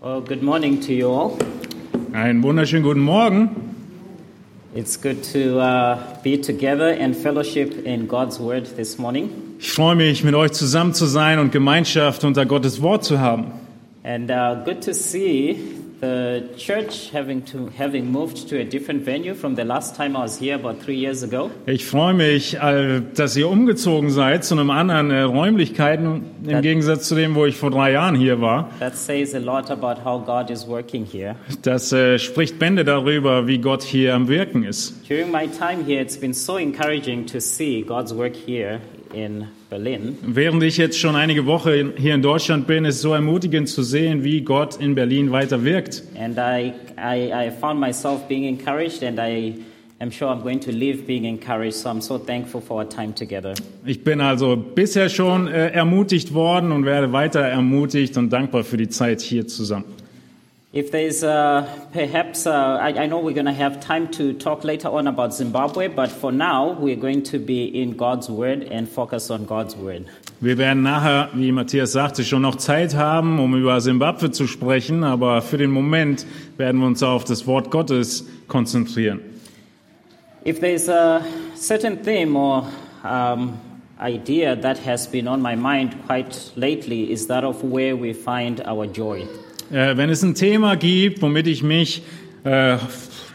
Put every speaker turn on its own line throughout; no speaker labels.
Well, good morning to you all.
Einen wunderschönen guten Morgen.
It's good to uh, be together and fellowship in God's Word this morning.
Ich freue mich, mit euch zusammen zu sein und Gemeinschaft unter Gottes Wort zu haben.
And uh, good to see the church having, to, having moved to a different venue from the last time I was here about three years ago.
Ich freue mich, äh, dass ihr umgezogen seid zu einem anderen äh, Räumlichkeiten im Gegensatz zu dem, wo ich vor drei Jahren hier war.
That says a lot about how God is working here.
Das äh, spricht Bände darüber, wie Gott hier am Wirken ist.
During my time here, it's been so encouraging to see God's work here in Berlin.
Während ich jetzt schon einige Wochen hier in Deutschland bin, ist es so ermutigend zu sehen, wie Gott in Berlin weiter wirkt.
And I, I, I found myself being encouraged, and I am sure I'm going to leave being encouraged. So I'm so thankful for our time together.
Ich bin also bisher schon äh, ermutigt worden und werde weiter ermutigt und dankbar für die Zeit hier zusammen.
If there's uh, perhaps, uh, I, I know we're going to have time to talk later on about Zimbabwe, but for now, we're going to be in God's Word and focus on God's Word.
Wir werden nachher, wie Matthias sagte, schon noch Zeit haben, um über Simbabwe zu sprechen, aber für den Moment werden wir uns auf das Wort Gottes konzentrieren.
If there's a certain theme or um, idea that has been on my mind quite lately, is that of where we find our joy.
Äh, wenn es ein Thema gibt, womit ich mich äh,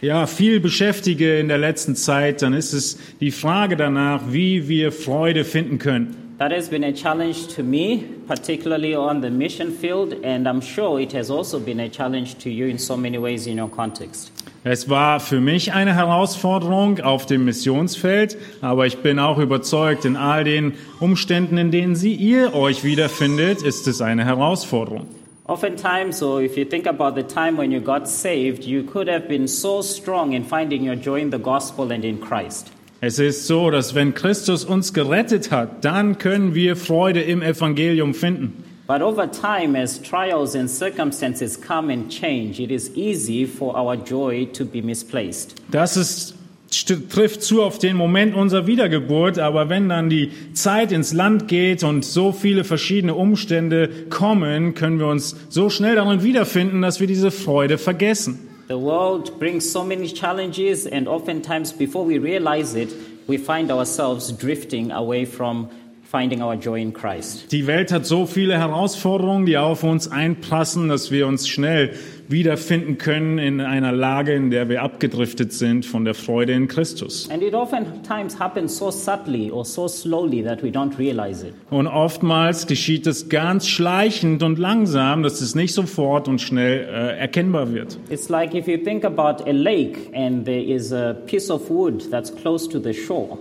ja, viel beschäftige in der letzten Zeit, dann ist es die Frage danach, wie wir Freude finden können.
That has been a challenge to me, particularly on the mission field, and I'm sure it has also been a challenge to you in so many ways in your context.
Es war für mich eine Herausforderung auf dem Missionsfeld, aber ich bin auch überzeugt, in all den Umständen, in denen sie ihr euch wiederfindet, ist es eine Herausforderung.
Oftentimes, or if you think about the time when you got saved, you could have been so strong in finding your joy in the gospel and in Christ.
Es ist so, dass wenn Christus uns gerettet hat, dann können wir Freude im Evangelium finden.
But over time, as trials and circumstances come and change, it is easy for our joy to be misplaced.
Das ist, st- trifft zu auf den Moment unserer Wiedergeburt, aber wenn dann die Zeit ins Land geht und so viele verschiedene Umstände kommen, können wir uns so schnell darin wiederfinden, dass wir diese Freude vergessen.
The world brings so many challenges, and oftentimes, before we realize it, we find ourselves drifting away from finding our joy in Christ.
Die Welt hat so viele Herausforderungen, die auf uns einpassen, dass wir uns schnell wiederfinden können in einer Lage, in der wir abgedriftet sind von der Freude in Christus.
And it oftentimes happens so subtly or so slowly that we don't realize it.
Und oftmals geschieht es ganz schleichend und langsam, dass es nicht sofort und schnell äh, erkennbar wird.
It's like if you think about a lake and there is a piece of wood that's close to the shore.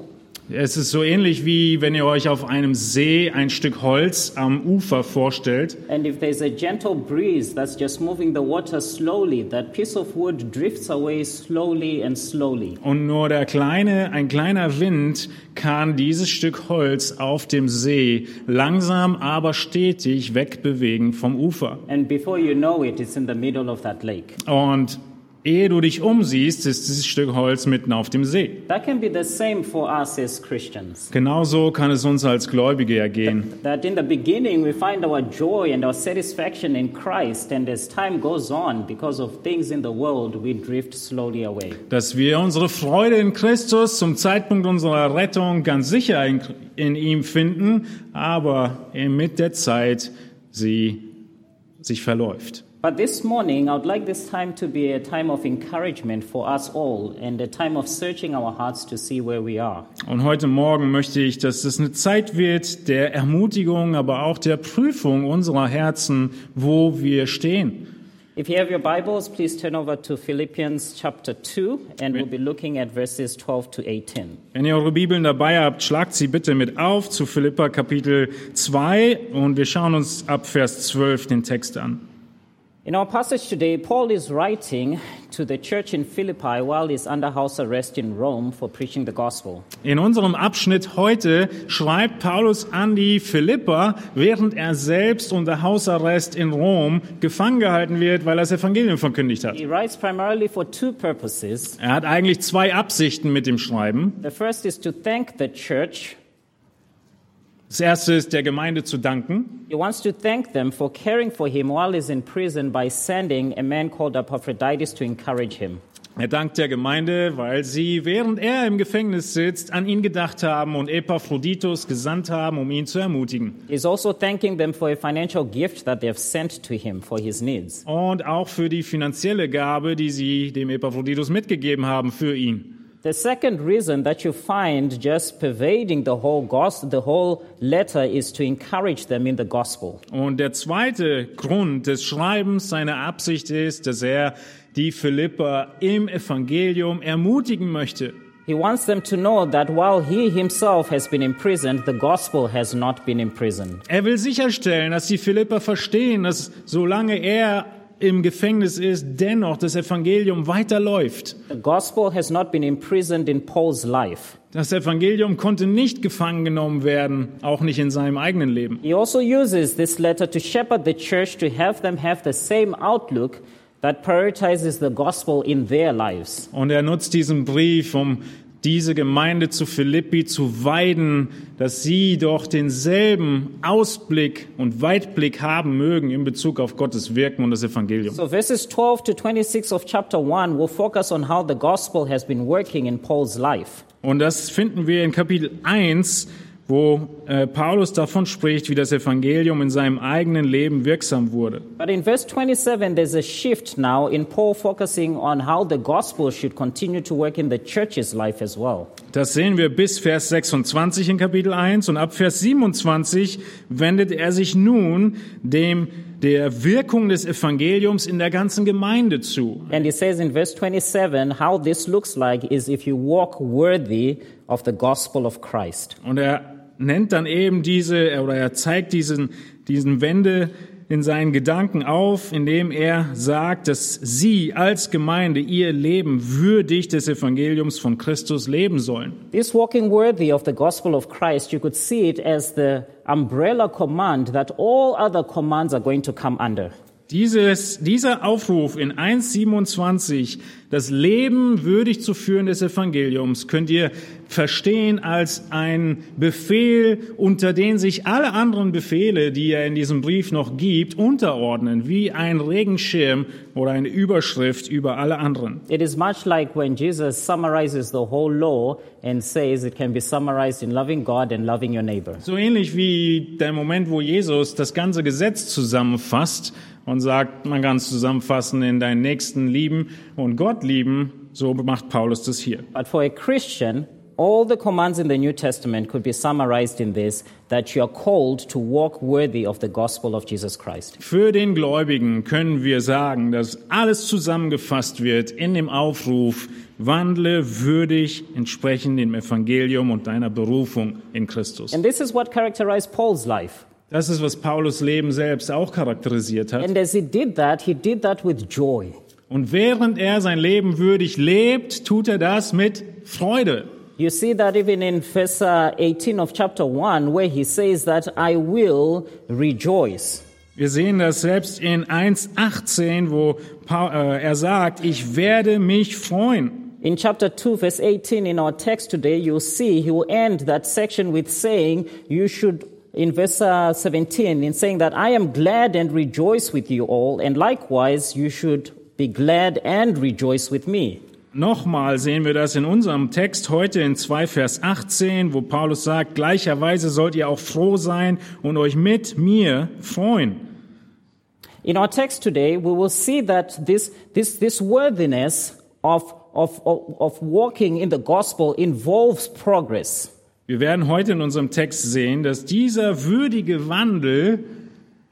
Es ist so ähnlich wie wenn ihr euch auf einem See ein Stück Holz am Ufer vorstellt.
And if there's a gentle breeze that's just moving the water slowly, that piece of wood drifts away slowly and slowly.
Und nur der kleine, ein kleiner Wind kann dieses Stück Holz auf dem See langsam, aber stetig wegbewegen vom Ufer.
And before you know it, it's in the middle of that lake.
Und ehe du dich umsiehst, ist dieses Stück Holz mitten auf dem See.
That can be the same for us as Christians.
Genauso kann es uns als Gläubige ergehen.
That in the beginning we find our joy and our satisfaction in Christ, and as time goes on, because of things in the world, we drift slowly away.
dass wir unsere Freude in Christus zum Zeitpunkt unserer Rettung ganz sicher in, in ihm finden, aber mit der Zeit sie sich verläuft.
But this morning, I would like this time to be a time of encouragement for us all and a time of searching our hearts to see where we are.
Und heute Morgen möchte ich, dass es eine Zeit wird der Ermutigung, aber auch der Prüfung unserer Herzen, wo wir stehen.
If you have your Bibles, please turn over to Philippians chapter 2, and we'll be looking at verses 12 to 18.
Wenn ihr eure Bibeln dabei habt, schlagt sie bitte mit auf zu Philippa Kapitel 2 und wir schauen uns ab Vers 12 den Text an.
In our passage today, Paul is writing to the church in Philippi while he's under house arrest in Rome for preaching the gospel.
In unserem Abschnitt heute schreibt Paulus an die Philippa, während er selbst unter Hausarrest in Rom gefangen gehalten wird, weil er das Evangelium verkündigt hat.
He writes primarily for two purposes.
Er hat eigentlich zwei Absichten mit dem Schreiben.
The first is to thank the church
Das erste ist der Gemeinde zu danken.
He wants to thank them for caring for him while he's in prison by sending a man called Epaphroditus to encourage him.
Er dankt der Gemeinde, weil sie, während er im Gefängnis sitzt, an ihn gedacht haben und Epaphroditus gesandt haben, um ihn zu ermutigen.
He's also thanking them for a financial gift that they have sent to him for his needs.
Und auch für die finanzielle Gabe, die sie dem Epaphroditus mitgegeben haben für ihn.
The second reason that you find just pervading the whole gospel, the whole letter is to encourage them in the gospel.
Und der zweite Grund des Schreibens seiner Absicht ist, dass er die Philipper im Evangelium ermutigen möchte.
He wants them to know that while he himself has been imprisoned, the gospel has not been imprisoned.
Er will sicherstellen, dass die Philipper verstehen, dass solange er im Gefängnis ist, dennoch das Evangelium weiterläuft.
The gospel has not been imprisoned in Paul's life.
Das Evangelium konnte nicht gefangen genommen werden, auch nicht in seinem eigenen Leben.
He also uses this letter to shepherd the church to have them have the same outlook that prioritizes the gospel in their lives.
Und er nutzt diesen Brief, um diese Gemeinde zu Philippi zu weiden, dass sie doch denselben Ausblick und Weitblick haben mögen in Bezug auf Gottes Wirken und das Evangelium.
So verses 12 to 26 of chapter 1 will focus on how the gospel has been working in Paul's life.
Und das finden wir in Kapitel 1, wo äh, Paulus davon spricht, wie das Evangelium in seinem eigenen Leben wirksam wurde.
But in verse 27, there's a shift now in Paul focusing on how the gospel should continue to work in the church's life as well.
Das sehen wir bis Vers 26 in Kapitel 1 und ab Vers 27 wendet er sich nun dem der Wirkung des Evangeliums in der ganzen Gemeinde zu.
And he says in verse 27 how this looks like is if you walk worthy of the gospel of Christ.
Und er nennt dann eben diese oder er zeigt diesen diesen Wende in seinen Gedanken auf, indem er sagt, dass sie als Gemeinde ihr Leben würdig des Evangeliums von Christus leben sollen.
This walking worthy of the gospel of Christ, you could see it as the umbrella command that all other commands are going to come under.
Dieses, dieser Aufruf in 1.27, das Leben würdig zu führen des Evangeliums, könnt ihr verstehen als einen Befehl, unter den sich alle anderen Befehle, die er in diesem Brief noch gibt, unterordnen, wie ein Regenschirm oder eine Überschrift über alle anderen.
It is much like when Jesus summarizes the whole law and says it can be summarized in loving God and loving your neighbor.
So ähnlich wie der Moment, wo Jesus das ganze Gesetz zusammenfasst und sagt, man kann es zusammenfassen in deinen Nächsten lieben und Gott lieben, so macht Paulus das hier.
But for a Christian, all the commands in the New Testament could be summarized in this that you are called to walk worthy of the gospel of Jesus Christ.
Für den Gläubigen können wir sagen, dass alles zusammengefasst wird in dem Aufruf, wandle würdig entsprechend dem Evangelium und deiner Berufung in Christus.
And this is what characterized Paul's life.
Das ist, was Paulus Leben selbst auch charakterisiert hat.
And as he did that, he did that with joy.
Und während er sein Leben würdig lebt, tut er das mit Freude.
You see that even in verse uh, 18 of chapter 1, where he says that I will rejoice.
Wir sehen das selbst in 1.18, wo Paul, äh, er sagt, ich werde mich freuen.
In chapter 2, verse 18, in our text today, you'll see he will end that section with saying, You should, in verse uh, 17, in saying that I am glad and rejoice with you all, and likewise you should be glad and rejoice with me.
Nochmal sehen wir das in unserem Text heute in 2 Vers 18, wo Paulus sagt, gleicherweise sollt ihr auch froh sein und euch mit mir freuen.
In our text today, we will see that this, this, this worthiness of, of, of, of walking in the gospel involves progress.
Wir werden heute in unserem Text sehen, dass dieser würdige Wandel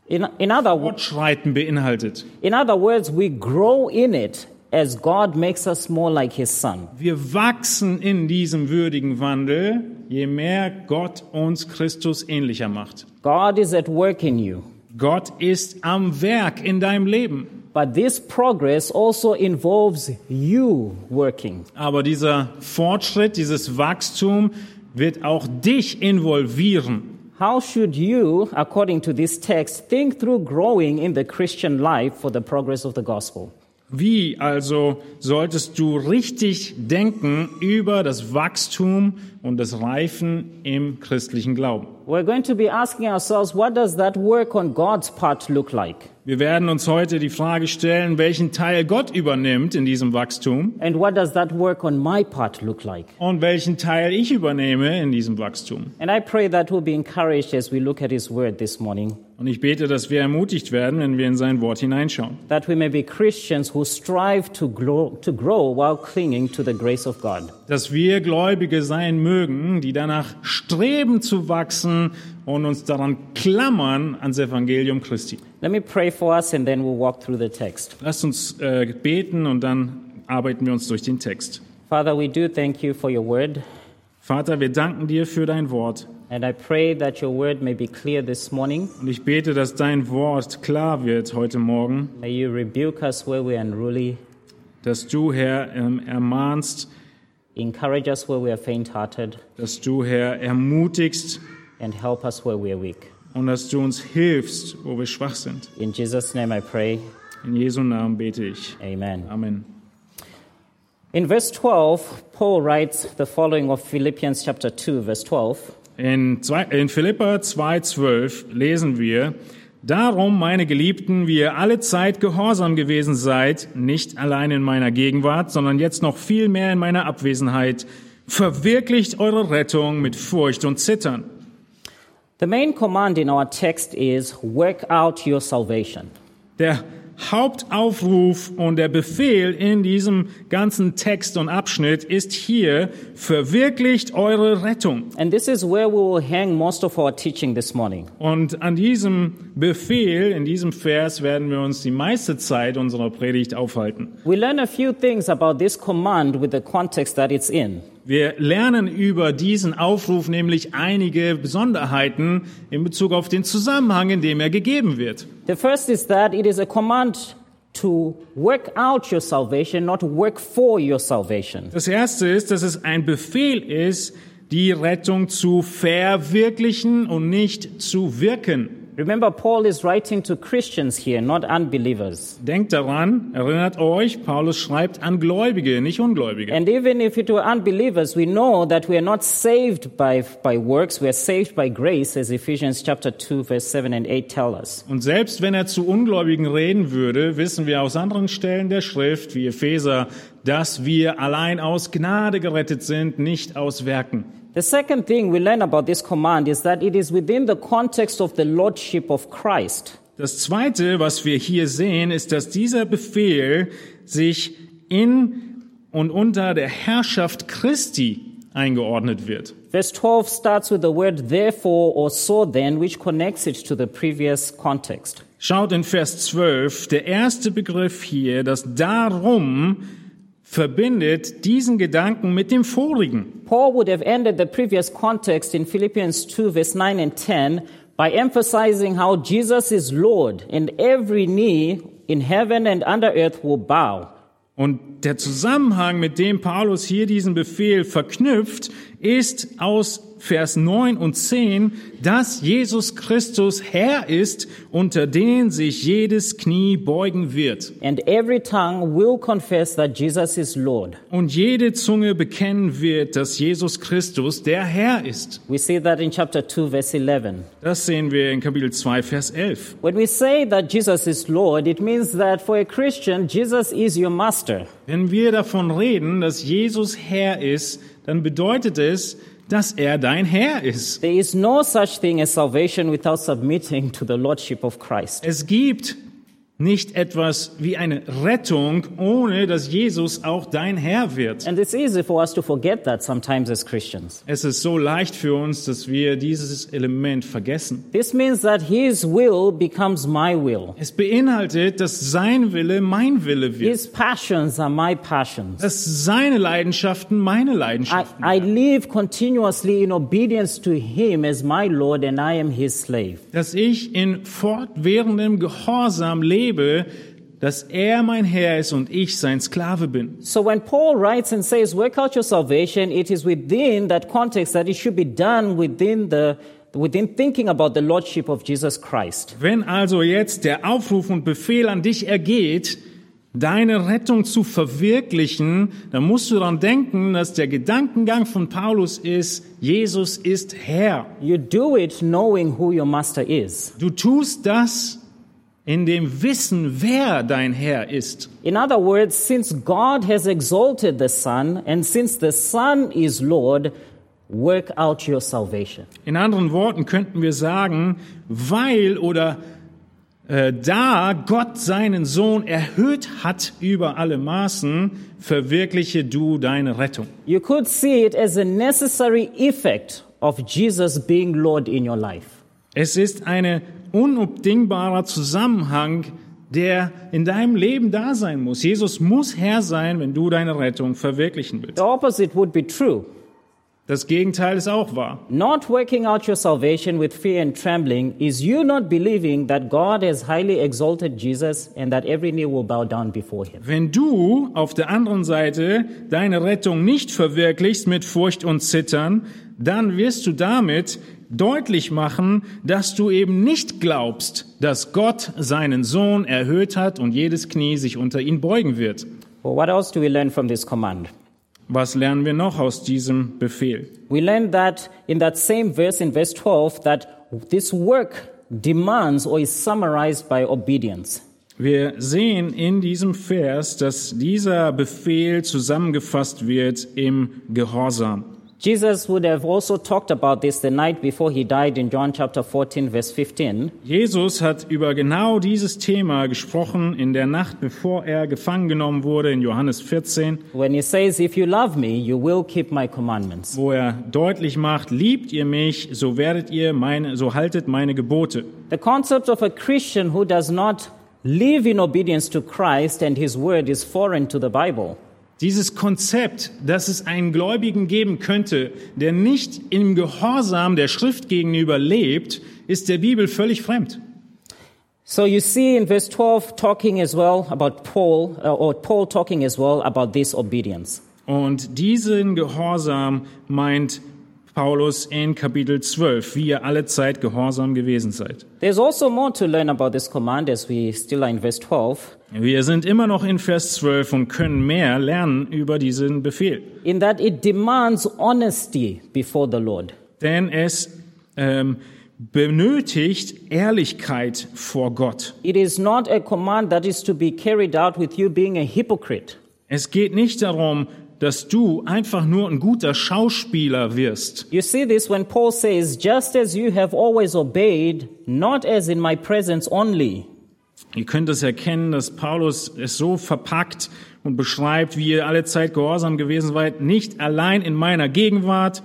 In, in, other, wo-
Fortschreiten beinhaltet.
in other words, we grow in it as God makes us more like His Son.
Wir wachsen in diesem würdigen Wandel, je mehr Gott uns Christus ähnlicher macht.
God is at work in you.
Gott ist am Werk in deinem Leben.
But this progress also involves you working.
Aber dieser Fortschritt, dieses Wachstum wird auch dich involvieren.
How should you, according to this text, think through growing in the Christian life for the progress of the gospel?
Wie also solltest du richtig denken über das Wachstum und das Reifen im christlichen Glauben?
We're going to be asking ourselves, what does that work on God's part look like?
Wir werden uns heute die Frage stellen, welchen Teil Gott übernimmt in diesem Wachstum
And what does that work on my part look like?
und welchen Teil ich übernehme in diesem Wachstum.
And I pray that we'll be encouraged as we look at His Word this morning,
Und ich bete, dass wir ermutigt werden, wenn wir in sein Wort hineinschauen.
that we may be Christians who strive to grow, to grow while clinging to the grace of God.
Dass wir Gläubige sein mögen, die danach streben zu wachsen und uns daran klammern ans Evangelium Christi.
Let me pray for us and then we'll walk through the text.
Lasst uns äh, beten und dann arbeiten wir uns durch den Text.
Father, we do thank you for your Word,
Vater, wir danken dir für dein Wort.
and I pray that your Word may be clear this morning.
Und ich bete, dass dein Wort klar wird heute Morgen.
May you rebuke us where we are unruly,
dass du, Herr, ähm, ermahnst,
encourage us where we are faint hearted,
dass du, Herr, ermutigst
and help us where we are weak.
und dass du uns hilfst, wo wir schwach sind.
In Jesus' name I pray.
In Jesu Namen bete ich.
Amen.
Amen.
In verse 12, Paul writes the following of Philippians chapter 2, verse 12.
In, zwei, in Philippa 2,12 lesen wir, Darum, meine Geliebten, wie ihr alle Zeit gehorsam gewesen seid, nicht allein in meiner Gegenwart, sondern jetzt noch viel mehr in meiner Abwesenheit, verwirklicht eure Rettung mit Furcht und Zittern.
The main command in our text is work out your salvation.
Der Hauptaufruf und der Befehl in diesem ganzen Text und Abschnitt ist hier, verwirklicht eure Rettung.
And this is where we will hang most of our teaching this morning.
Und an diesem Befehl, in diesem Vers werden wir uns die meiste Zeit unserer Predigt aufhalten.
We learn a few things about this command with the context that it's in.
Wir lernen über diesen Aufruf nämlich einige Besonderheiten in Bezug auf den Zusammenhang, in dem er gegeben wird.
The first is that it is a command to work out your salvation, not work for your salvation.
Das erste ist, dass es ein Befehl ist, die Rettung zu verwirklichen und nicht zu wirken.
Remember, Paul is writing to Christians here, not unbelievers.
Denkt daran, erinnert euch, Paulus schreibt an Gläubige, nicht Ungläubige.
And even if it were unbelievers, we know that we are not saved by, by works, we are saved by grace, as Ephesians chapter 2, verse 7 and 8 tell us.
Und selbst wenn er zu Ungläubigen reden würde, wissen wir aus anderen Stellen der Schrift, wie Epheser, dass wir allein aus Gnade gerettet sind, nicht aus Werken.
The second thing we learn about this command is that it is within the context of the Lordship of Christ.
Das Zweite, was wir hier sehen, ist, dass dieser Befehl sich in und unter der Herrschaft Christi eingeordnet wird.
Verse 12 starts with the word therefore or so then, which connects it to the previous context.
Schaut in Vers 12, der erste Begriff hier, das darum verbindet diesen Gedanken mit dem vorigen.
Paul would have ended the previous context in Philippians 2, verse 9 and 10, by emphasizing how Jesus is Lord, and every knee in heaven and under earth will bow.
Und der Zusammenhang, mit dem Paulus hier diesen Befehl verknüpft, ist aus Vers 9 und 10, dass Jesus Christus Herr ist, unter den sich jedes Knie beugen wird
And every tongue will confess that Jesus is Lord.
und jede Zunge bekennen wird, dass Jesus Christus der Herr ist.
We see that in chapter 2, verse 11.
Das sehen wir in Kapitel 2, Vers 11.
When we say that Jesus is Lord, it means that for a Christian, Jesus is your master.
Wenn wir davon reden, dass Jesus Herr ist, dann bedeutet es, dass er dein Herr ist.
There is no such thing as salvation without submitting to the Lordship of Christ.
Es gibt nicht etwas wie eine Rettung, ohne dass Jesus auch dein Herr wird.
And it's easy for us to forget that sometimes as Christians.
Es ist so leicht für uns, dass wir dieses Element vergessen.
This means that his will becomes my will.
Es beinhaltet, dass sein Wille mein Wille wird.
His passions are my passions.
Dass seine Leidenschaften meine
I,
Leidenschaften
I
werden.
live continuously in obedience to him as my Lord and I am his slave.
Dass ich in fortwährendem Gehorsam lebe, dass er mein Herr ist und ich sein Sklave bin.
So when Paul writes and says, work out your salvation, it is within that context that it should be done within the within thinking about the lordship of Jesus Christ.
Wenn also jetzt der Aufruf und Befehl an dich ergeht, deine Rettung zu verwirklichen, dann musst du daran denken, dass der Gedankengang von Paulus ist, Jesus ist Herr.
You do it knowing who your master is.
Du tust das in dem Wissen, wer dein Herr ist.
In other words, since God has exalted the Son, and since the Son is Lord, work out your salvation.
In anderen Worten könnten wir sagen, weil oder äh, da Gott seinen Sohn erhöht hat über alle Maßen, verwirkliche du deine Rettung.
You could see it as a necessary effect of Jesus being Lord in your life.
Es ist ein unabdingbarer Zusammenhang, der in deinem Leben da sein muss. Jesus muss Herr sein, wenn du deine Rettung verwirklichen willst.
The opposite would be true.
Das Gegenteil ist auch wahr.
Not working out your salvation with fear and trembling is you not believing that God has highly exalted Jesus and that every knee will bow down before him.
Wenn du auf der anderen Seite deine Rettung nicht verwirklichst mit Furcht und Zittern, dann wirst du damit deutlich machen, dass du eben nicht glaubst, dass Gott seinen Sohn erhöht hat und jedes Knie sich unter ihn beugen wird.
Well, what else do we learn from this command?
Was lernen wir noch aus diesem Befehl?
We learn that in that same verse, in verse 12, that this work demands or is summarized by obedience.
Wir sehen in diesem Vers, dass dieser Befehl zusammengefasst wird im Gehorsam.
Jesus would have also talked about this the night before he died in John chapter 14, verse 15.
Jesus hat über genau dieses Thema gesprochen in der Nacht, bevor er gefangen genommen wurde in Johannes 14,
when he says, If you love me, you will keep my commandments.
wo er deutlich macht, liebt ihr mich, so werdet ihr meine, so haltet meine Gebote.
The concept of a Christian who does not live in obedience to Christ and his word is foreign to the Bible.
Dieses Konzept, dass es einen Gläubigen geben könnte, der nicht im Gehorsam der Schrift gegenüber lebt, ist der Bibel völlig fremd.
So you see in verse 12 talking as well about Paul, uh, or Paul talking as well about this obedience.
Und diesen Gehorsam meint Paulus in Kapitel 12, wie ihr alle Zeit gehorsam gewesen seid.
There's also more to learn about this command as we still are in verse 12,
Wir sind immer noch in Vers 12 und können mehr lernen über diesen Befehl.
in that it demands honesty before the Lord.
Denn es ähm, benötigt Ehrlichkeit vor Gott.
It is not a command that is to be carried out with you being a hypocrite.
Es geht nicht darum, dass du einfach nur ein guter Schauspieler wirst.
You see this when Paul says, just as you have always obeyed, not as in my presence only.
Ihr könnt es erkennen, dass Paulus es so verpackt und beschreibt, wie ihr alle Zeit gehorsam gewesen seid, nicht allein in meiner Gegenwart,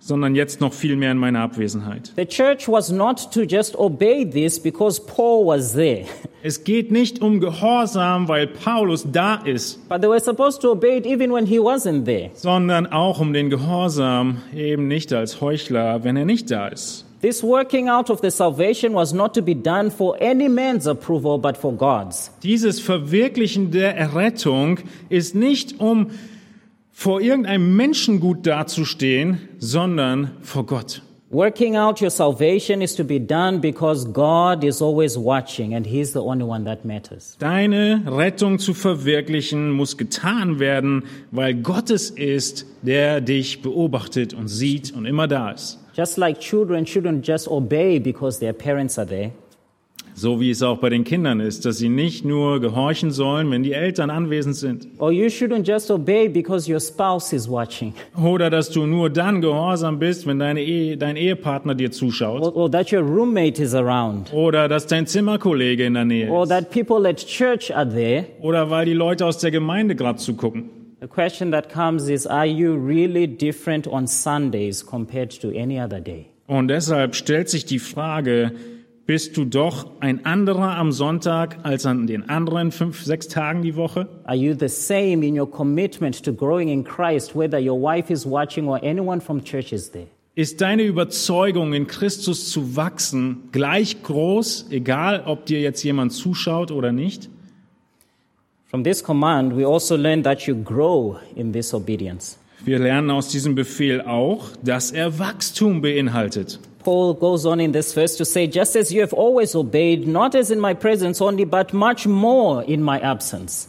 sondern jetzt noch viel mehr in meiner Abwesenheit.
The church was not to just obey this because Paul was there,
Es geht nicht um Gehorsam, weil Paulus da ist,
but they were supposed to obey it even when he wasn't there.
sondern auch um den Gehorsam eben nicht als Heuchler, wenn er nicht da ist.
This working out of the salvation was not to be done for any man's approval but for God's.
Dieses Verwirklichen der Errettung ist nicht um vor irgendeinem Menschen gut dazustehen, sondern vor Gott.
Working out your salvation is to be done because God is always watching and he's the only one that matters.
Deine Rettung zu verwirklichen muss getan werden, weil Gott es ist, der dich beobachtet und sieht und immer da ist.
Just like children, children just obey because their parents are there.
So wie es auch bei den Kindern ist, dass sie nicht nur gehorchen sollen, wenn die Eltern anwesend sind.
Or you shouldn't just obey because your spouse is watching,
Oder dass du nur dann gehorsam bist, wenn deine Ehe, dein Ehepartner dir zuschaut.
or, or that your roommate is around,
Oder dass dein Zimmerkollege in der Nähe
or
ist.
that people at church are there.
Oder weil die Leute aus der Gemeinde gerade zugucken.
The question that comes is Are you really different on Sundays compared to any other day?
Und deshalb stellt sich die Frage, bist du doch ein anderer am Sonntag als an den anderen fünf, sechs Tagen die Woche?
Are you the same in your commitment to growing in Christ, whether your wife is watching or anyone from church is there?
Ist deine Überzeugung, in Christus zu wachsen, gleich groß, egal ob dir jetzt jemand zuschaut oder nicht?
From this command, we also learn that you grow in this obedience.
Wir lernen aus diesem Befehl auch, dass er Wachstum beinhaltet.
Paul goes on in this verse to say, Just as you have always obeyed, not as in my presence only, but much more in my absence.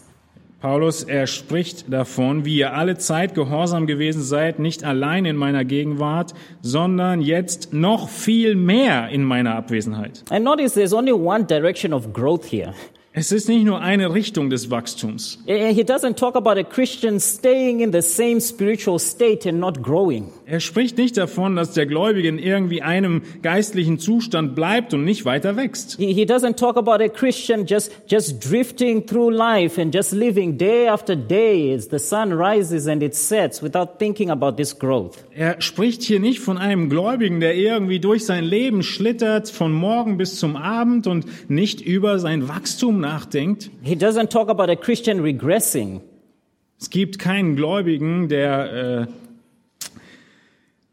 Paulus, er spricht davon, wie ihr alle Zeit gehorsam gewesen seid, nicht allein in meiner Gegenwart, sondern jetzt noch viel mehr in meiner Abwesenheit.
And notice there's only one direction of growth here.
Es ist nicht nur eine Richtung des Wachstums.
Eh, He doesn't talk about a Christian staying in the same spiritual state and not growing.
Er spricht nicht davon, dass der Gläubige in irgendwie einem geistlichen Zustand bleibt und nicht weiter wächst.
He, he doesn't talk about a Christian just, just drifting through life and just living day after day as the sun rises and it sets without thinking about this growth.
Er spricht hier nicht von einem Gläubigen, der irgendwie durch sein Leben schlittert, von morgen bis zum Abend und nicht über sein Wachstum nachdenkt.
He doesn't talk about a Christian regressing.
Es gibt keinen Gläubigen, der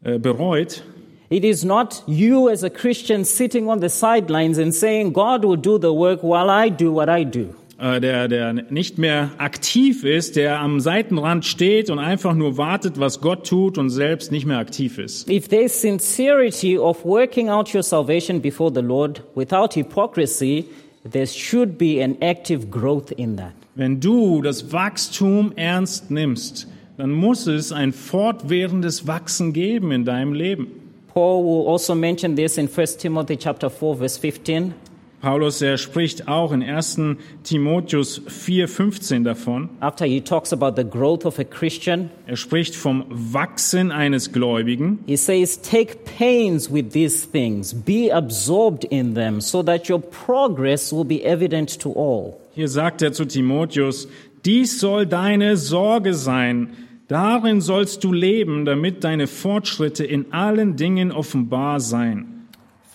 äh, äh, bereut.
It is not you as a Christian sitting on the sidelines and saying, God will do the work while I do what I do.
äh, Der, der nicht mehr aktiv ist, der am Seitenrand steht und einfach nur wartet, was Gott tut und selbst nicht mehr aktiv ist.
If there's sincerity of working out your salvation before the Lord without hypocrisy, there should be an active growth in that.
Wenn du das Wachstum ernst nimmst, dann muss es ein fortwährendes Wachsen geben in deinem Leben.
Paul will also mention this in 1 Timothy chapter 4 verse 15.
Paulus, er spricht auch in 1. Timotheus 4,15 davon.
After he talks about the growth of a Christian,
Er spricht vom Wachsen eines Gläubigen.
he says, Take pains with these things, be absorbed in them, so that your progress will be evident to all.
Hier sagt er zu Timotheus, dies soll deine Sorge sein. Darin sollst du leben, damit deine Fortschritte in allen Dingen offenbar seien.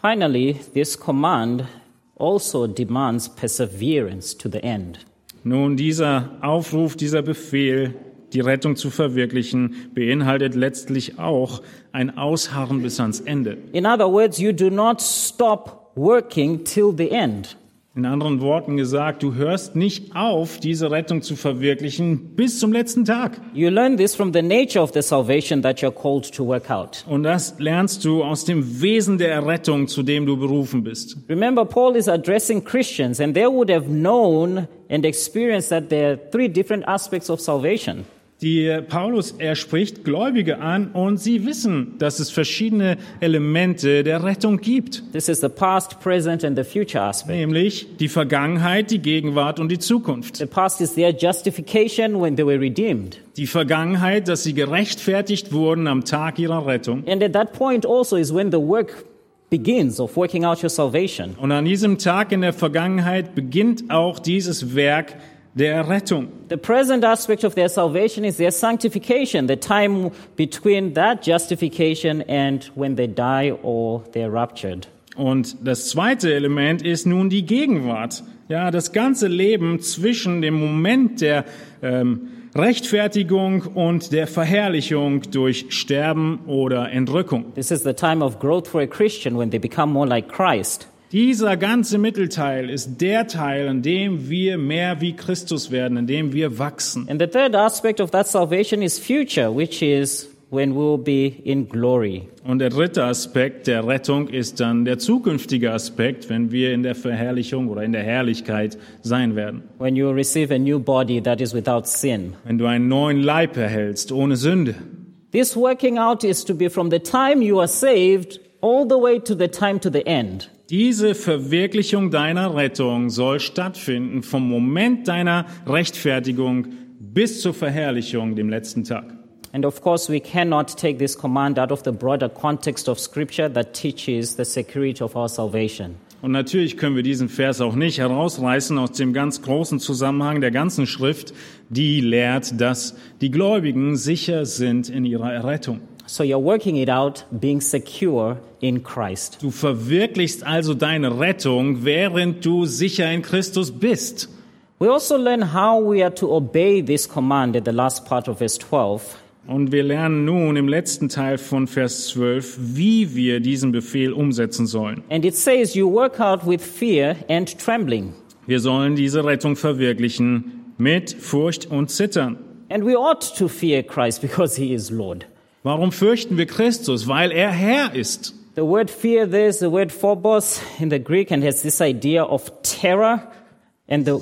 Finally, this command also demands perseverance to the end.
Nun, dieser Aufruf, dieser Befehl, die Rettung zu verwirklichen, beinhaltet letztlich auch ein Ausharren bis ans Ende.
In other words, you do not stop working till the end.
In anderen Worten gesagt, du hörst nicht auf, diese Rettung zu verwirklichen bis zum letzten Tag.
You learn this from the nature of the salvation that you're called to work out.
Und das lernst du aus dem Wesen der Errettung, zu dem du berufen bist.
Remember, Paul is addressing Christians, and they would have known and experienced that there are three different aspects of salvation.
Die Paulus, er spricht Gläubige an und sie wissen, dass es verschiedene Elemente der Rettung gibt,
This is the past, present, and the future aspect.
nämlich die Vergangenheit, die Gegenwart und die Zukunft.
The past is their justification when they were redeemed.
Die Vergangenheit, dass sie gerechtfertigt wurden am Tag ihrer Rettung.
And at that point also is when the work begins of working out your salvation.
Und an diesem Tag in der Vergangenheit beginnt auch dieses Werk der Rettung.
The present aspect of their salvation is their sanctification, the time between that justification and when they die or they're raptured.
Und das zweite Element ist nun die Gegenwart. Ja, das ganze Leben zwischen dem Moment der ähm, Rechtfertigung und der Verherrlichung durch Sterben oder Entrückung.
This is the time of growth for a Christian when they become more like Christ.
Dieser ganze Mittelteil ist der Teil, in dem wir mehr wie Christus werden, in dem wir wachsen.
And the third aspect of that salvation is future, which is when we'll be in glory.
Und der dritte Aspekt der Rettung ist dann der zukünftige Aspekt, wenn wir in der Verherrlichung oder in der Herrlichkeit sein werden.
When you receive a new body that is without sin.
Wenn du einen neuen Leib erhältst, ohne Sünde.
This working out is to be from the time you are saved all the way to the time to the end.
Diese Verwirklichung deiner Rettung soll stattfinden vom Moment deiner Rechtfertigung bis zur Verherrlichung, dem letzten Tag.
And of course, we cannot take this command out of the broader context of Scripture that teaches the security of our salvation.
Und natürlich können wir diesen Vers auch nicht herausreißen aus dem ganz großen Zusammenhang der ganzen Schrift, die lehrt, dass die Gläubigen sicher sind in ihrer Errettung.
So you're working it out being secure in Christ.
Du verwirklichst also deine Rettung, während du sicher in Christus bist.
We also learn how we are to obey this command at the last part of verse 12.
Und wir lernen nun im letzten Teil von Vers 12, wie wir diesen Befehl umsetzen sollen.
And it says, You work out with fear and trembling.
Wir sollen diese Rettung verwirklichen mit Furcht und Zittern.
And we ought to fear Christ because he is Lord.
Warum fürchten wir Christus? Weil er Herr ist.
The word fear there is the word phobos in the Greek and has this idea of terror and the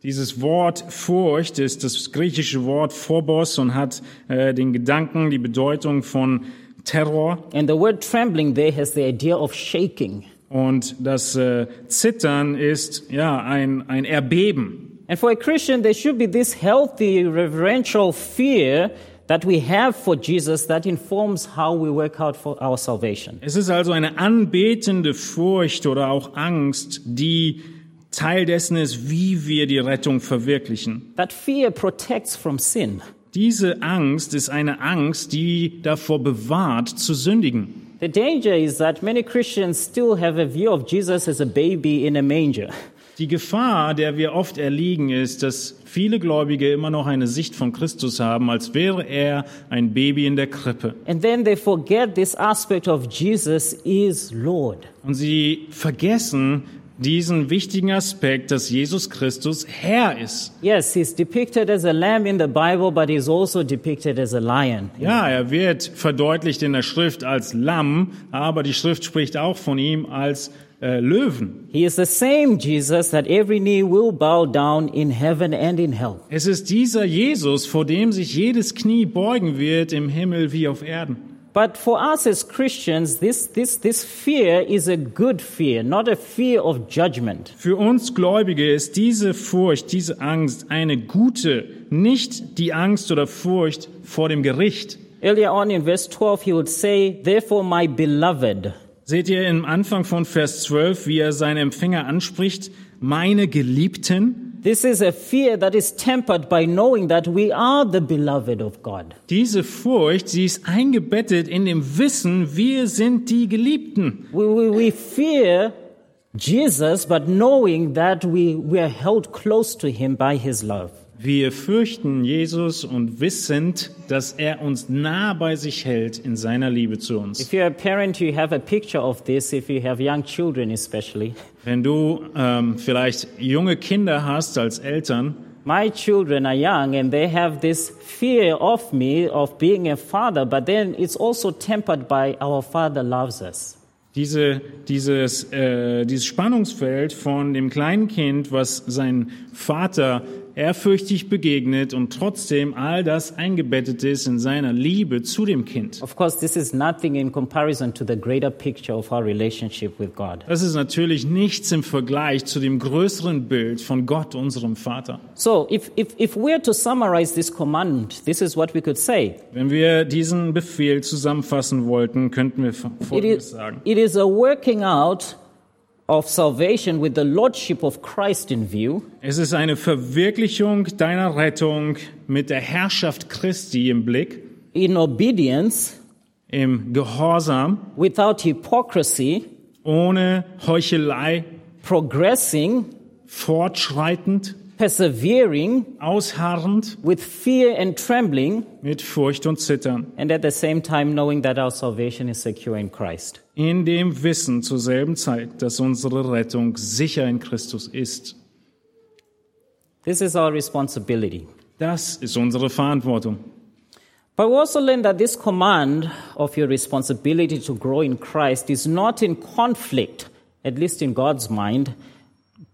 Dieses Wort Furcht ist das griechische Wort Phobos und hat äh, den Gedanken, die Bedeutung von Terror.
And the word trembling there has the idea of shaking.
Und das äh, Zittern ist ja ein, ein Erbeben.
And for a Christian, there should be this healthy, reverential fear that we have for Jesus that informs how we work out for our salvation.
Es ist also eine anbetende Furcht oder auch Angst, die Teil dessen ist, wie wir die Rettung verwirklichen.
That fear protects from sin.
Diese Angst ist eine Angst, die davor bewahrt, zu sündigen.
The danger is that many Christians still have a view of Jesus as a baby in a manger.
Die Gefahr, der wir oft erliegen, ist, dass viele Gläubige immer noch eine Sicht von Christus haben, als wäre er ein Baby in der Krippe.
And then they forget this aspect of Jesus is Lord.
Und sie vergessen diesen wichtigen Aspekt, dass Jesus Christus Herr ist.
Yes, he's depicted as a lamb in the Bible, but he's also depicted as a lion.
Ja, er wird verdeutlicht in der Schrift als Lamm, aber die Schrift spricht auch von ihm als äh, Löwen.
He is the same Jesus that every knee will bow down in heaven and in hell.
Es ist dieser Jesus, vor dem sich jedes Knie beugen wird, im Himmel wie auf Erden.
But for us as Christians, this, this, this fear is a good fear, not a fear of judgment.
Für uns Gläubige ist diese Furcht, diese Angst eine gute, nicht die Angst oder Furcht vor dem Gericht.
Earlier on in verse 12, he would say, Therefore, my beloved.
Seht ihr im Anfang von Vers 12, wie er seine Empfänger anspricht, meine Geliebten?
This is a fear that is tempered by knowing that we are the beloved of God.
Diese Furcht, sie ist eingebettet in dem Wissen, wir sind die Geliebten.
We, we, we fear Jesus, but knowing that we, we are held close to him by his love.
Wir fürchten Jesus und wissend, dass er uns nah bei sich hält in seiner Liebe zu uns.
If you're a parent, you have a picture of this, if you have young children, especially.
Wenn du ähm, vielleicht junge Kinder hast als Eltern,
My children are young and they have this fear of me, of being a father, but then it's also tempered by our father loves us.
diese, dieses, äh, dieses Spannungsfeld von dem kleinen Kind, was sein Vater ehrfürchtig begegnet und trotzdem all das eingebettet ist in seiner Liebe zu dem Kind.
Of course, this is nothing in comparison to the greater picture of our relationship with God.
Das ist natürlich nichts im Vergleich zu dem größeren Bild von Gott, unserem Vater.
So, if, if, if we're to summarize this command, this is what we could say
Wenn wir diesen Befehl zusammenfassen wollten, könnten wir
it
Folgendes
is,
sagen.
it is a working out of salvation with the lordship of Christ in view,
Es ist eine Verwirklichung deiner Rettung mit der Herrschaft Christi im Blick,
in obedience,
im Gehorsam,
without hypocrisy,
ohne Heuchelei,
progressing,
fortschreitend,
persevering,
ausharrend,
with fear and trembling,
mit Furcht und Zittern,
and at the same time knowing that our salvation is secure in Christ.
in dem Wissen zur selben Zeit, dass unsere Rettung sicher in Christus ist.
This is our responsibility.
Das ist unsere Verantwortung.
But we also learn that this command of your responsibility to grow in Christ is not in conflict, at least in God's mind,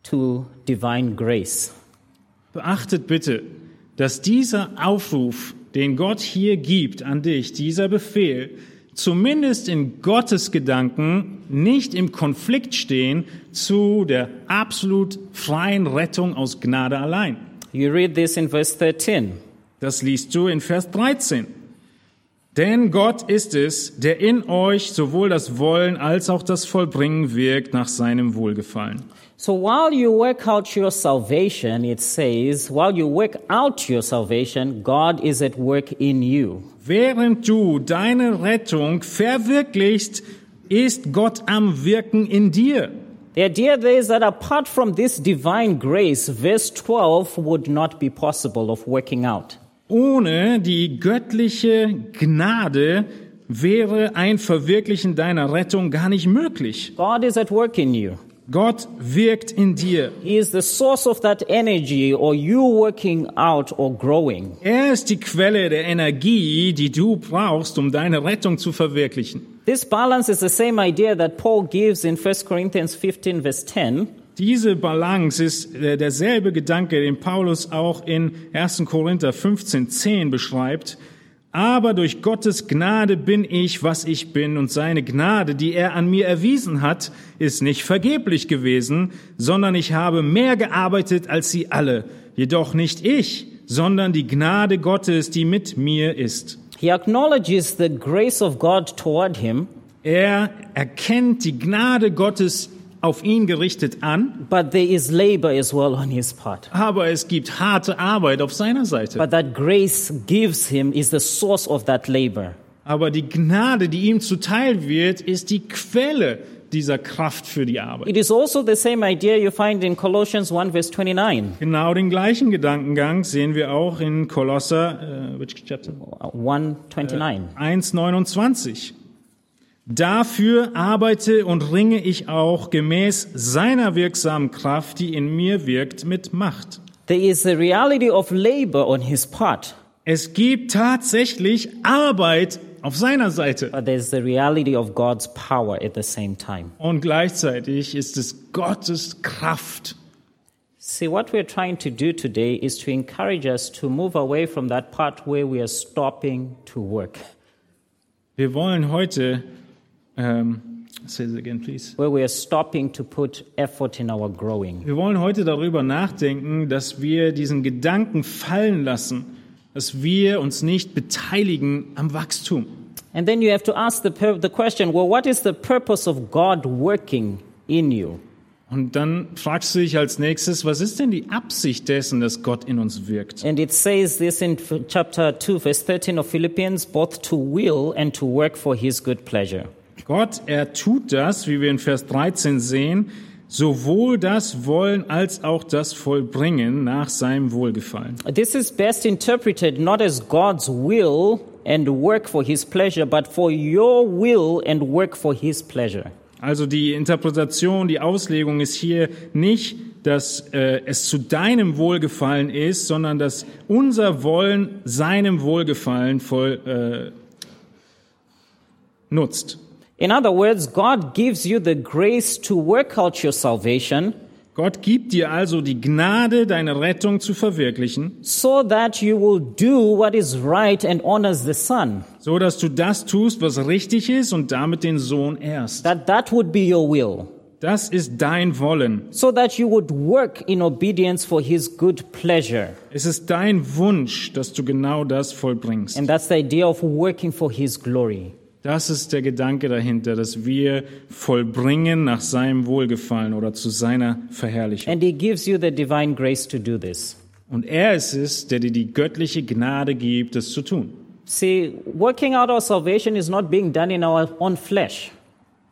to divine grace.
Beachtet bitte, dass dieser Aufruf, den Gott hier gibt an dich, dieser Befehl, zumindest in Gottes Gedanken nicht im Konflikt stehen zu der absolut freien Rettung aus Gnade allein.
You read this in verse 13.
Das liest du in Vers 13. Denn Gott ist es, der in euch sowohl das Wollen als auch das Vollbringen wirkt nach seinem Wohlgefallen.
So while you work out your salvation, it says, while you work out your salvation, God is at work in you.
Während du deine Rettung verwirklichst, ist Gott am Wirken in dir.
The idea there is that apart from this divine grace, verse 12 would not be possible of working out.
Ohne die göttliche Gnade wäre ein Verwirklichen deiner Rettung gar nicht möglich.
God is at work in you.
Gott wirkt in dir.
He is the source of that energy or you working out or growing.
Er ist die Quelle der Energie, die du brauchst, um deine Rettung zu verwirklichen.
This balance is the same idea that Paul gives in 1 Corinthians 15 verse 10.
Diese Balance ist äh, derselbe Gedanke, den Paulus auch in 1. Korinther 15.10 beschreibt. Aber durch Gottes Gnade bin ich, was ich bin, und seine Gnade, die er an mir erwiesen hat, ist nicht vergeblich gewesen, sondern ich habe mehr gearbeitet als sie alle. Jedoch nicht ich, sondern die Gnade Gottes, die mit mir ist.
He acknowledges the grace of God toward him,
Er erkennt die Gnade Gottes auf ihn gerichtet an,
but there is labor as well on his part.
aber es gibt harte Arbeit auf seiner Seite.
But that grace gives him is the source of that labor.
Aber die Gnade, die ihm zuteil wird, ist die Quelle dieser Kraft für die Arbeit.
It is also the same idea you find in Colossians 1 verse 29.
Genau den gleichen Gedankengang sehen wir auch in Kolosser äh, which chapter?
Uh, 129.
1,29. Dafür arbeite und ringe ich auch gemäß seiner wirksamen Kraft, die in mir wirkt, mit Macht.
There is a reality of labor on his part,
Es gibt tatsächlich Arbeit auf seiner Seite.
but there's the reality of God's power at the same time.
Und gleichzeitig ist es Gottes Kraft.
See, what we're trying to do today is to encourage us to move away from that part where we are stopping to work,
Wir wollen heute, ähm, say this again, please.
where we are stopping to put effort in our growing.
Wir wollen heute darüber nachdenken, dass wir diesen Gedanken fallen lassen, dass wir uns nicht beteiligen am Wachstum.
And then you have to ask the, per- the question well, what is the purpose of God working in you?
Und dann fragst du dich als nächstes, was ist denn die Absicht dessen, dass Gott in uns wirkt?
And it says this in f- chapter 2, verse 13 of Philippians both to will and to work for his good pleasure.
Gott, er tut das, wie wir in Vers 13 sehen, sowohl das Wollen als auch das Vollbringen nach seinem Wohlgefallen.
This is best interpreted not as God's will and work for his pleasure, but for your will and work for his pleasure.
Also die Interpretation, die Auslegung ist hier nicht, dass äh, es zu deinem Wohlgefallen ist, sondern dass unser Wollen seinem Wohlgefallen voll äh, nutzt.
In other words, God gives you the grace to work out your salvation
Gott gibt dir also die Gnade, deine Rettung zu verwirklichen,
so that you will do what is right and honors the Son.
so dass du das tust, was richtig ist und damit den Sohn ehrst.
That that would be your will.
Das ist dein Wollen.
So that you would work in obedience for his good pleasure.
Es ist dein Wunsch, dass du genau das vollbringst.
And that's the idea of working for his glory.
Das ist der Gedanke dahinter, dass wir vollbringen nach seinem Wohlgefallen oder zu seiner Verherrlichung.
And he gives you the divine grace to do this.
Und er ist es, der dir die göttliche Gnade gibt, es zu tun.
See, working out our salvation is not being done in our own flesh.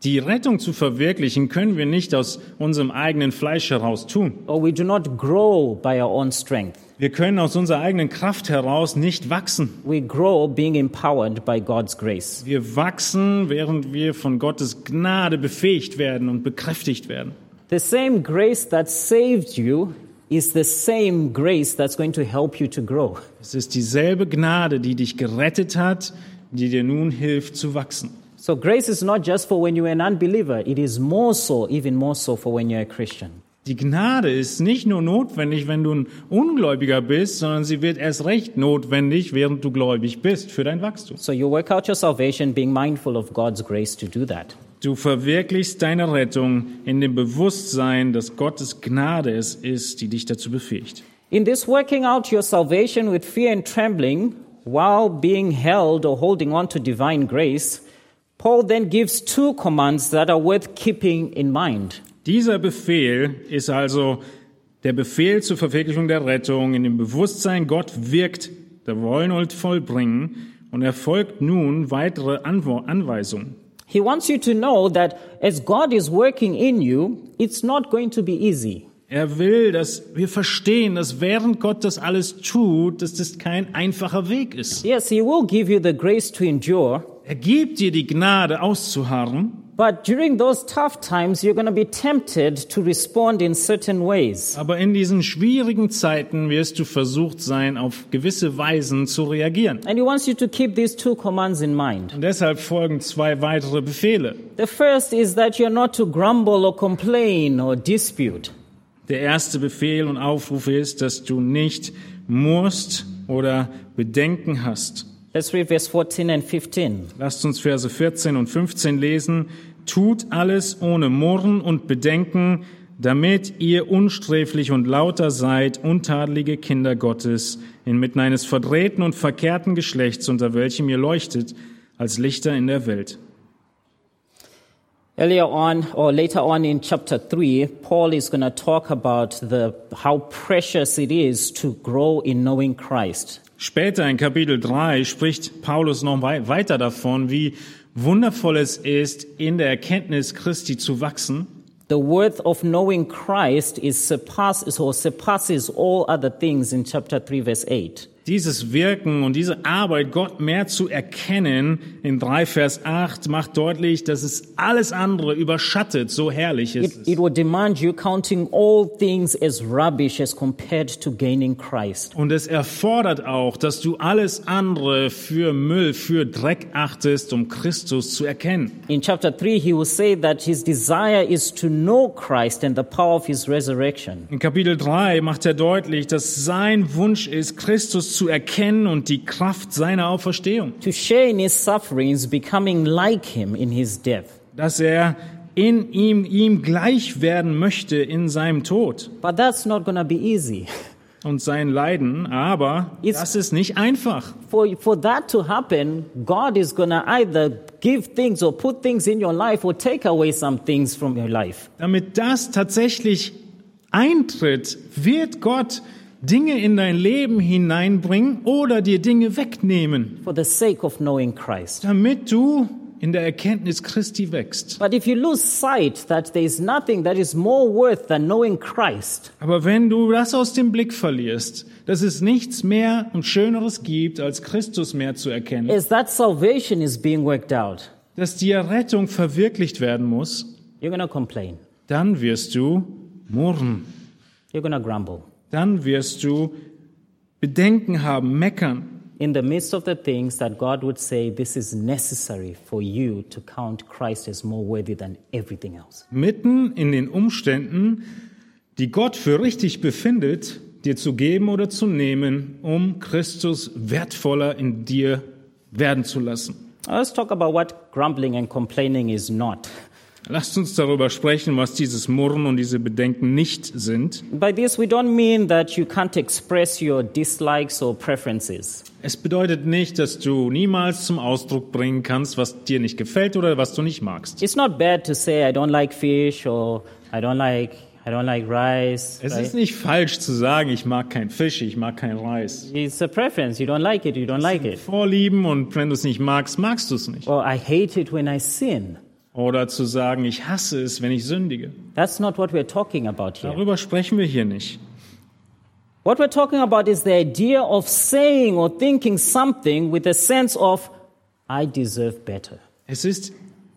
Die Rettung zu verwirklichen können wir nicht aus unserem eigenen Fleisch heraus tun.
Or we do not grow by our own strength.
Wir können aus unserer eigenen Kraft heraus nicht wachsen.
We grow being empowered by God's grace.
Wir wachsen, während wir von Gottes Gnade befähigt werden und bekräftigt werden.
The same grace that saved you is the same grace that's going to help you to grow.
Es ist dieselbe Gnade, die dich gerettet hat, die dir nun hilft zu wachsen.
So grace is not just for when you're an unbeliever, it is more so, even more so for when you're a Christian.
Die Gnade ist nicht nur notwendig, wenn du ein Ungläubiger bist, sondern sie wird erst recht notwendig, während du gläubig bist, für dein Wachstum.
So you work out your salvation being mindful of God's grace to do that.
Du verwirklichst deine Rettung in dem Bewusstsein, dass Gottes Gnade es ist, die dich dazu befähigt.
In this working out your salvation with fear and trembling, while being held or holding on to divine grace, Paul then gives two commands that are worth keeping in mind.
Dieser Befehl ist also der Befehl zur Verwirklichung der Rettung in dem Bewusstsein, Gott wirkt, der Wollen und Vollbringen, und er folgt nun weitere Anwo- Anweisungen.
He wants you to know that as God is working in you, it's not going to be easy.
Er will, dass wir verstehen, dass während Gott das alles tut, dass das kein einfacher Weg ist.
Yes, He will give you the grace to endure,
Er gibt dir die Gnade auszuharren,
But during those tough times, you're going to be tempted to respond in certain ways.
Aber in diesen schwierigen Zeiten wirst du versucht sein, auf gewisse Weisen zu reagieren.
And he wants you to keep these two commands in mind.
Und deshalb folgen zwei weitere Befehle.
The first is that you're not to grumble or complain or dispute.
Der erste Befehl und Aufruf ist, dass du nicht musst oder Bedenken hast.
Let's read verse 14 and 15.
Lasst uns Verse 14 und 15 lesen. Tut alles ohne Murren und Bedenken, damit ihr unsträflich und lauter seid, untadelige Kinder Gottes, inmitten eines verdrehten und verkehrten Geschlechts, unter welchem ihr leuchtet, als Lichter in der Welt.
Earlier on, or later on in chapter 3, Paul is going to talk about the, how precious it is to grow in knowing Christ.
Später in Kapitel 3 spricht Paulus noch wei- weiter davon, wie wundervoll es ist, in der Erkenntnis Christi zu wachsen.
The worth of knowing Christ is surpasses or surpasses all other things in chapter 3 verse 8.
Dieses Wirken und diese Arbeit, Gott mehr zu erkennen, in 3 Vers 8 macht deutlich, dass es alles andere überschattet, so herrlich
It,
ist es.
it will demand you counting all things as rubbish as compared to gaining Christ.
Und es erfordert auch, dass du alles andere für Müll, für Dreck achtest, um Christus zu erkennen.
In chapter 3 he will say that his desire is to know Christ and the power of his resurrection.
In Kapitel 3 macht er deutlich, dass sein Wunsch ist, Christus zu erkennen und die Kraft seiner Auferstehung.
To share in his sufferings, becoming like him in his death.
Dass er in ihm, ihm gleich werden möchte in seinem Tod
But that's not going to be easy.
und sein Leiden. Aber
Ist-
das ist nicht einfach.
For, for that to happen, God is going to either give things or put things in your life or take away some things from your life.
Damit das tatsächlich eintritt, wird Gott Dinge in dein Leben hineinbringen oder dir Dinge wegnehmen,
for the sake of knowing Christ.
damit du in der Erkenntnis Christi wächst.
But if you lose sight that there is nothing that is more worth than knowing Christ,
Aber wenn du das aus dem Blick verlierst, dass es nichts mehr und Schöneres gibt, als Christus mehr zu erkennen,
is that salvation is being worked out,
dass die Errettung verwirklicht werden muss,
you're going to complain.
dann wirst du murren,
You're going to grumble.
dann wirst du Bedenken haben, meckern,
In the midst of the things that God would say, this is necessary for you to count Christ as more worthy than everything else.
mitten in den Umständen, die Gott für richtig befindet, dir zu geben oder zu nehmen, um Christus wertvoller in dir werden zu lassen.
Now let's talk about what grumbling and complaining is not.
Lasst uns darüber sprechen, was dieses Murren und diese Bedenken nicht sind.
By this, we don't mean that you can't express your dislikes or preferences.
Es bedeutet nicht, dass du niemals zum Ausdruck bringen kannst, was dir nicht gefällt oder was du nicht magst.
It's not bad to say I don't like fish or I don't like I don't like rice.
Es
right?
ist nicht falsch zu sagen, ich mag keinen Fisch, ich mag keinen Reis.
It's a preference. You don't like it. You don't like it.
Vorlieben und wenn du es nicht magst, magst du es nicht.
Or I hate it when I sin.
Oder zu sagen, ich hasse es, wenn ich sündige.
That's not what we're talking about here.
Darüber sprechen wir hier nicht.
What we're talking about is the idea of saying or thinking something with a sense of I deserve better.
Es ist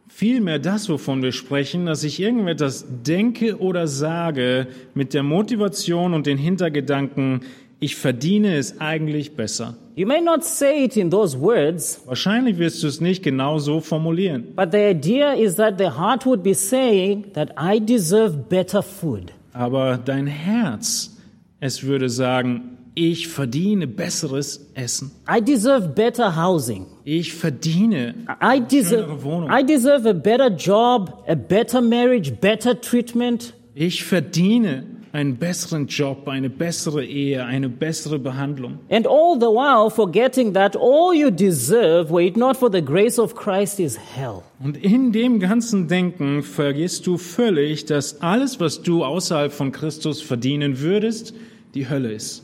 vielmehr das, wovon wir sprechen, dass ich irgendetwas denke oder sage mit der Motivation und den Hintergedanken, ich verdiene es eigentlich besser.
You may not say it in those words,
Wahrscheinlich wirst du es nicht genau so formulieren,
but the idea is that the heart would be saying that I deserve better food.
aber dein Herz, es würde sagen, ich verdiene besseres Essen.
I deserve better housing.
Ich verdiene.
I deserve,
schönere Wohnung.
I deserve a better job, a better marriage, better treatment.
Ich verdiene einen besseren Job, eine bessere Ehe, eine bessere Behandlung.
And all the while forgetting that all you deserve, were it not for the grace of Christ, is hell.
Und in dem ganzen Denken vergisst du völlig, dass alles, was du außerhalb von Christus verdienen würdest, die Hölle ist.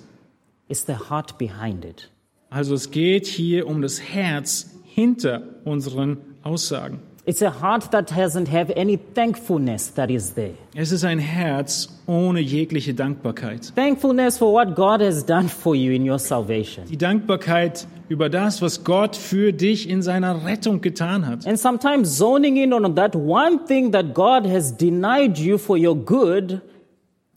It's the heart behind it.
Also es geht hier um das Herz hinter unseren Aussagen.
It's a heart that doesn't have any thankfulness that is there.
Es ist ein Herz ohne jegliche Dankbarkeit.
Thankfulness for what God has done for you in your salvation.
Die Dankbarkeit über das, was Gott für dich in seiner Rettung getan hat.
And sometimes zoning in on that one thing that God has denied you for your good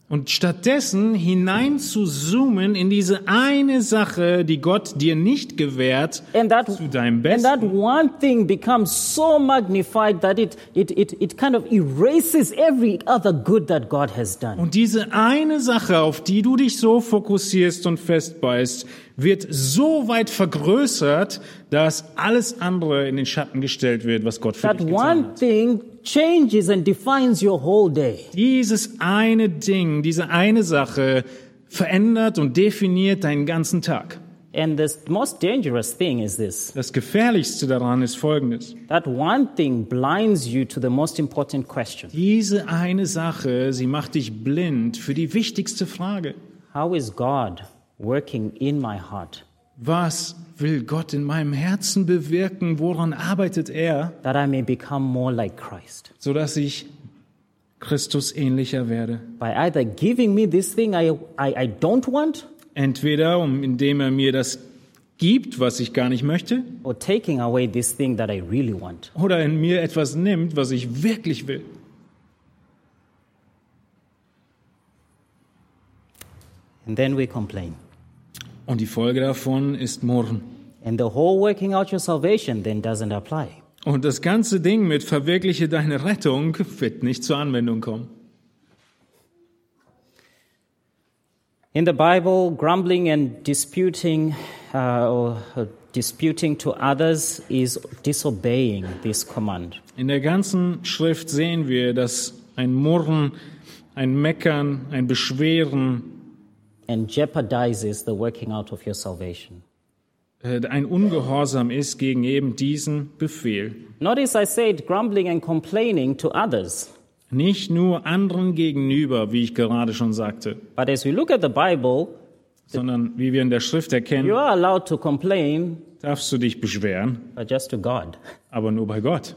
Und stattdessen hinein zu zoomen in diese eine Sache, die Gott dir nicht gewährt,
and that
zu deinem
and
Besten.
that one thing becomes so magnified that it, it, it, it kind of erases every other good that God has done.
Und diese eine Sache, auf die du dich so fokussierst und festbeißt, wird so weit vergrößert, dass alles andere in den Schatten gestellt wird, was Gott für
That
dich getan hat.
one thing changes and defines your whole day.
Dieses eine Ding, diese eine Sache verändert und definiert deinen ganzen Tag.
And the most dangerous thing is this
Das Gefährlichste daran ist Folgendes.
that one thing blinds you to the most important question
Diese eine Sache, sie macht dich blind für die wichtigste Frage.
How is God working in my heart
Was will Gott in meinem Herzen bewirken? Woran arbeitet er?
that I may become more like Christ?
sodass ich Christus ähnlicher werde.
By either giving me this thing I, I, I don't want
Entweder um, indem er mir das gibt, was ich gar nicht möchte,
or taking away this thing that I really want.
oder in mir etwas nimmt, was ich wirklich will.
And then we complain.
Und die Folge davon ist Murren.
And the whole working out your salvation then doesn't apply.
Und das ganze Ding mit verwirkliche deine Rettung wird nicht zur Anwendung kommen.
In the Bible, grumbling and disputing, uh, or uh, disputing to others is disobeying this command.
In der ganzen Schrift sehen wir, dass ein Murren, ein Meckern, ein Beschweren,
and jeopardizes the working out of your salvation.
äh, ein Ungehorsam ist gegen eben diesen Befehl.
Notice I said grumbling and complaining to others.
Nicht nur anderen gegenüber, wie ich gerade schon sagte,
But as we look at the Bible,
sondern wie wir in der Schrift
you
erkennen,
are allowed to complain,
darfst du dich beschweren,
but just to God.
aber nur bei Gott.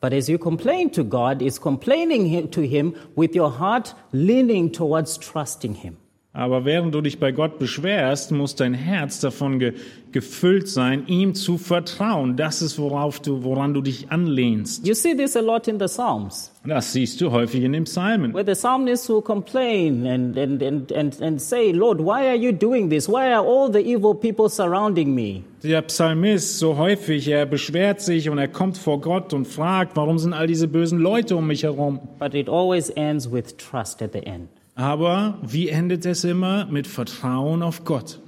But as you complain to God, it's complaining hi- to Him with your heart leaning towards trusting Him.
Aber während du dich bei Gott beschwerst, muss dein Herz davon ge gefüllt sein, ihm zu vertrauen. Das ist, worauf du, woran du dich anlehnst.
You see this a lot in the Psalms,
Das siehst du häufig in den Psalmen.
where the psalmists will complain and, and, and, and, and say, Lord, why are you doing this? Why are all the evil people surrounding me?
Der Psalmist so häufig, er beschwert sich und er kommt vor Gott und fragt, warum sind all diese bösen Leute um mich herum?
But it always ends with trust at the end.
Aber wie endet es immer? Mit Vertrauen auf Gott.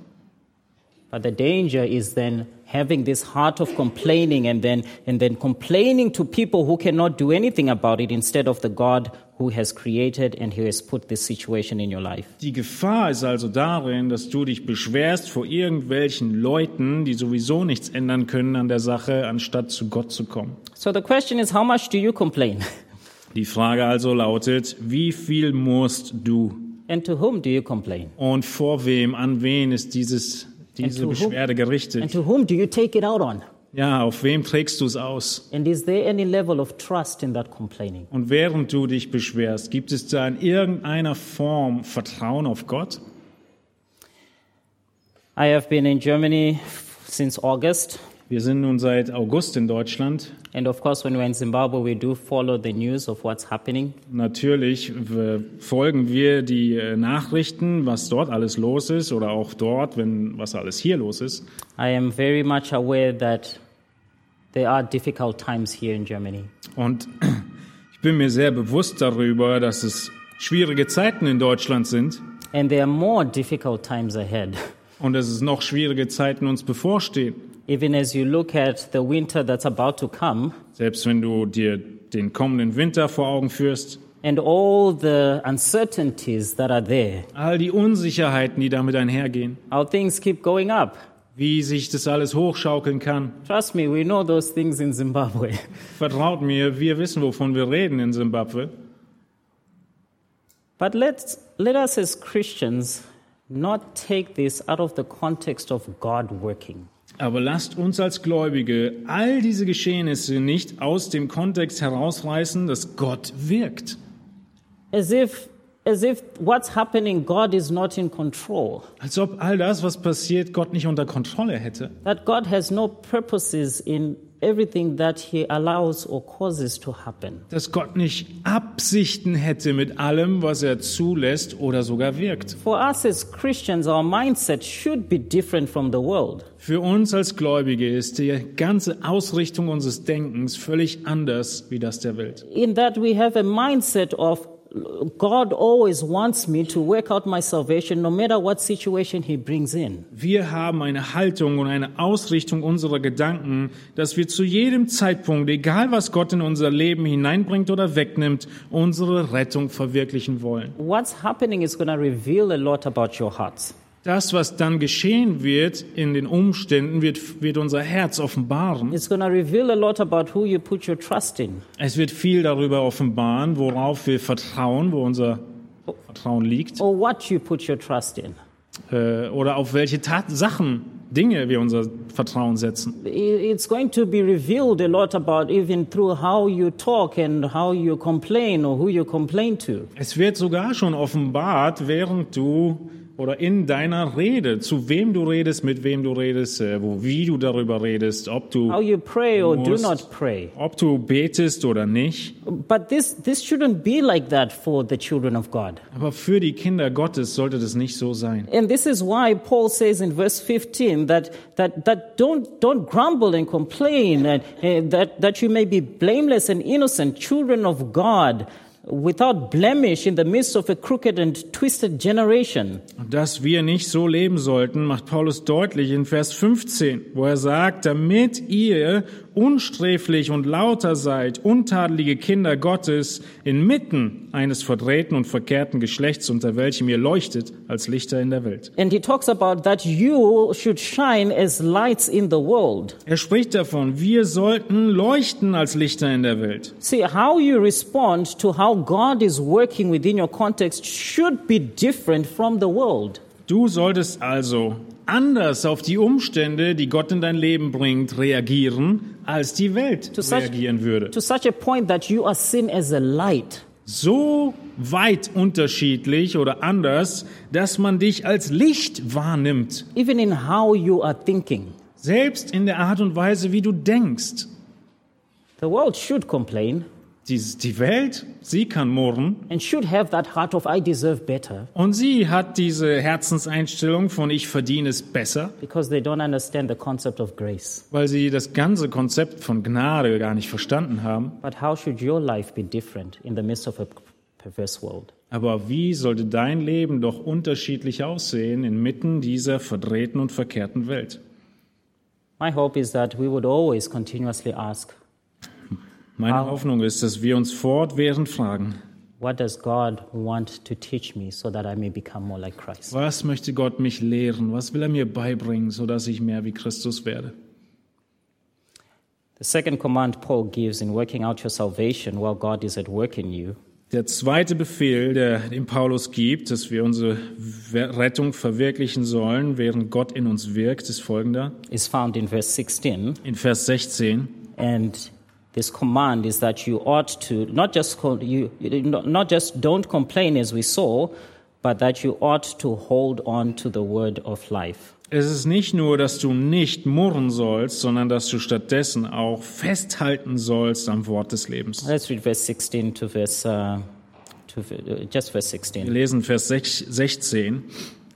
But the danger is then having this heart of complaining and then, and then complaining to people who cannot do anything about it instead of the God who has created and who has put this situation in your life.
Die Gefahr ist also darin, dass du dich beschwerst vor irgendwelchen Leuten, die sowieso nichts ändern können an der Sache, anstatt zu Gott zu kommen.
So the question is, how much do you complain?
Die Frage also lautet, wie viel musst du
and to whom do you complain?
und vor wem, an wen ist dieses, diese
And to whom?
Beschwerde
And
gerichtet?
to whom do you take it out on?
Ja, auf wem trägst du es aus?
And is there any level of trust in that complaining?
Und während du dich beschwerst, gibt es da in irgendeiner Form Vertrauen auf Gott?
I have been in Germany f- since August.
Wir sind nun seit August in Deutschland.
And of course, when we're in Zimbabwe, we do follow the news of what's happening.
Natürlich äh, folgen wir die äh, Nachrichten, was dort alles los ist oder auch dort, wenn was alles hier los ist.
I am very much aware that there are difficult times here in Germany.
Und ich bin mir sehr bewusst darüber, dass es schwierige Zeiten in Deutschland sind
And there are more difficult times ahead.
und dass es noch schwierige Zeiten uns bevorstehen.
Even as you look at the winter that's about to come
Selbst wenn du dir den kommenden Winter vor Augen führst,
and all the uncertainties that are there,
all die Unsicherheiten, die damit einhergehen,
how things keep going up.
wie sich das alles hochschaukeln kann.
Trust me, we know those things in Zimbabwe.
Vertraut mir, wir wissen, wovon wir reden in Simbabwe.
But let's, let us as Christians not take this out of the context of God working.
Aber lasst uns als Gläubige all diese Geschehnisse nicht aus dem Kontext herausreißen, dass Gott wirkt.
as if, as if what's happening, God is not in control,
Als ob all das, was passiert, Gott nicht unter Kontrolle hätte.
that God has no purposes in everything that He allows or causes to happen.
Dass Gott nicht Absichten hätte mit allem, was er zulässt oder sogar wirkt.
For us as Christians, our mindset should be different from the world.
Für uns als Gläubige ist die ganze Ausrichtung unseres Denkens völlig anders wie das der Welt.
in that we have a mindset of God always wants me to work out my salvation no matter what situation he brings in.
Wir haben eine Haltung und eine Ausrichtung unserer Gedanken, dass wir zu jedem Zeitpunkt, egal was Gott in unser Leben hineinbringt oder wegnimmt, unsere Rettung verwirklichen wollen.
What's happening is going to reveal a lot about your heart.
Das, was dann geschehen wird in den Umständen, wird, wird unser Herz offenbaren.
It's going to reveal a lot about who you put your trust in.
Es wird viel darüber offenbaren, worauf wir vertrauen, wo unser Vertrauen liegt
Or what you put your trust in.
äh, oder auf welche Tat Sachen, Dinge wir unser Vertrauen setzen.
I- It's going to be revealed a lot about even through how you talk and how you complain or who you complain to.
Es wird sogar schon offenbart, während du oder in deiner Rede, zu wem du redest, mit wem du redest, äh, wo, wie du darüber redest, ob du,
How you pray or do
Most-
not pray.
ob du betest oder nicht.
But this, this shouldn't be like that for the children of God.
Aber für die Kinder Gottes sollte das nicht so sein.
And this is why Paul says in verse 15 that, that, that don't, don't grumble and complain, and, and that, that you may be blameless and innocent, children of God, without blemish in the midst of a crooked and twisted generation.
Und Dass wir nicht so leben sollten, macht Paulus deutlich in Vers 15, wo er sagt, damit ihr unsträflich und lauter seid, untadelige Kinder Gottes, inmitten eines verdrehten und verkehrten Geschlechts, unter welchem ihr leuchtet als Lichter in der Welt.
And he talks about that you should shine as lights in the world.
Er spricht davon, wir sollten leuchten als Lichter in der Welt.
See, how you respond to how God is working within your context should be different from the world.
Du solltest also anders auf die Umstände, die Gott in dein Leben bringt, reagieren, als die Welt
such-
reagieren würde.
To such a point that you are seen as a light.
so weit unterschiedlich oder anders, dass man dich als Licht wahrnimmt,
even in how you are thinking.
selbst in der Art und Weise, wie du denkst.
The world should complain
Die, die Welt, sie kann murren
and should have that heart of, I deserve better,
und sie hat diese Herzenseinstellung von ich verdiene es besser,
because they don't understand the concept of grace.
weil sie das ganze Konzept von Gnade gar nicht verstanden haben.
But how should your life be different in the midst of a perverse world?
Aber wie sollte dein Leben doch unterschiedlich aussehen inmitten dieser verdrehten und verkehrten Welt?
My hope is that we would always continuously ask,
Meine Hoffnung ist, dass wir uns fortwährend fragen,
What does God want to teach me so that I may become more like Christ?
Was möchte Gott mich lehren? Was will er mir beibringen, sodass ich mehr wie Christus werde?
The second command Paul gives in working out your salvation while God is at work in you
Der zweite Befehl, der dem Paulus gibt, dass wir unsere Rettung verwirklichen sollen, während Gott in uns wirkt, ist folgender.
is found in verse 16.
In Vers 16.
And this command is that you ought to not just co- you you- not not just don't complain as we saw, but that you ought to hold on to the word of life.
Es ist nicht nur, dass du nicht murren sollst, sondern dass du stattdessen auch festhalten sollst am Wort des Lebens.
Let's read verse 16 to verse uh, to v- uh, just verse 16.
Wir lesen Vers 6 16.